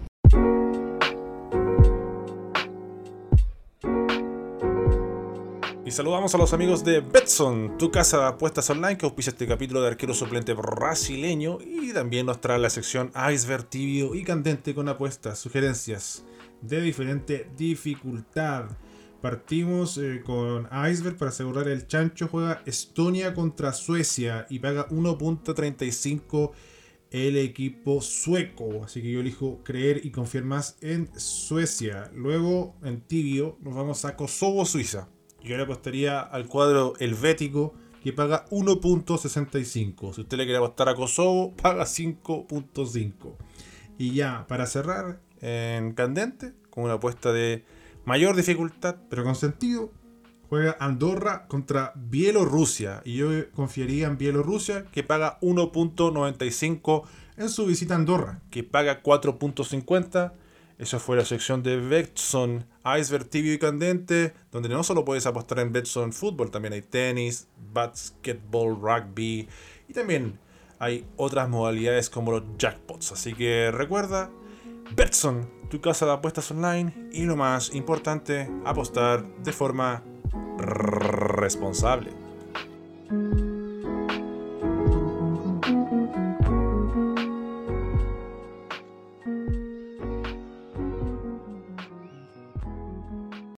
S6: Y saludamos a los amigos de Betson, tu casa de apuestas online que auspicia este capítulo de arquero suplente brasileño y también nos trae la sección Iceberg tibio y candente con apuestas, sugerencias de diferente dificultad. Partimos eh, con Iceberg para asegurar el chancho juega Estonia contra Suecia y paga 1.35 el equipo sueco. Así que yo elijo creer y confiar más en Suecia. Luego, en tibio, nos vamos a Kosovo, Suiza. Yo le apostaría al cuadro helvético que paga 1.65. Si usted le quiere apostar a Kosovo, paga 5.5. Y ya, para cerrar, en candente, con una apuesta de mayor dificultad, pero con sentido, juega Andorra contra Bielorrusia. Y yo confiaría en Bielorrusia, que paga 1.95 en su visita a Andorra, que paga 4.50. Eso fue la sección de Betson, Iceberg Tibio y Candente, donde no solo puedes apostar en Betson Fútbol, también hay tenis, basketball, rugby y también hay otras modalidades como los jackpots. Así que recuerda, Betson, tu casa de apuestas online y lo más importante, apostar de forma responsable.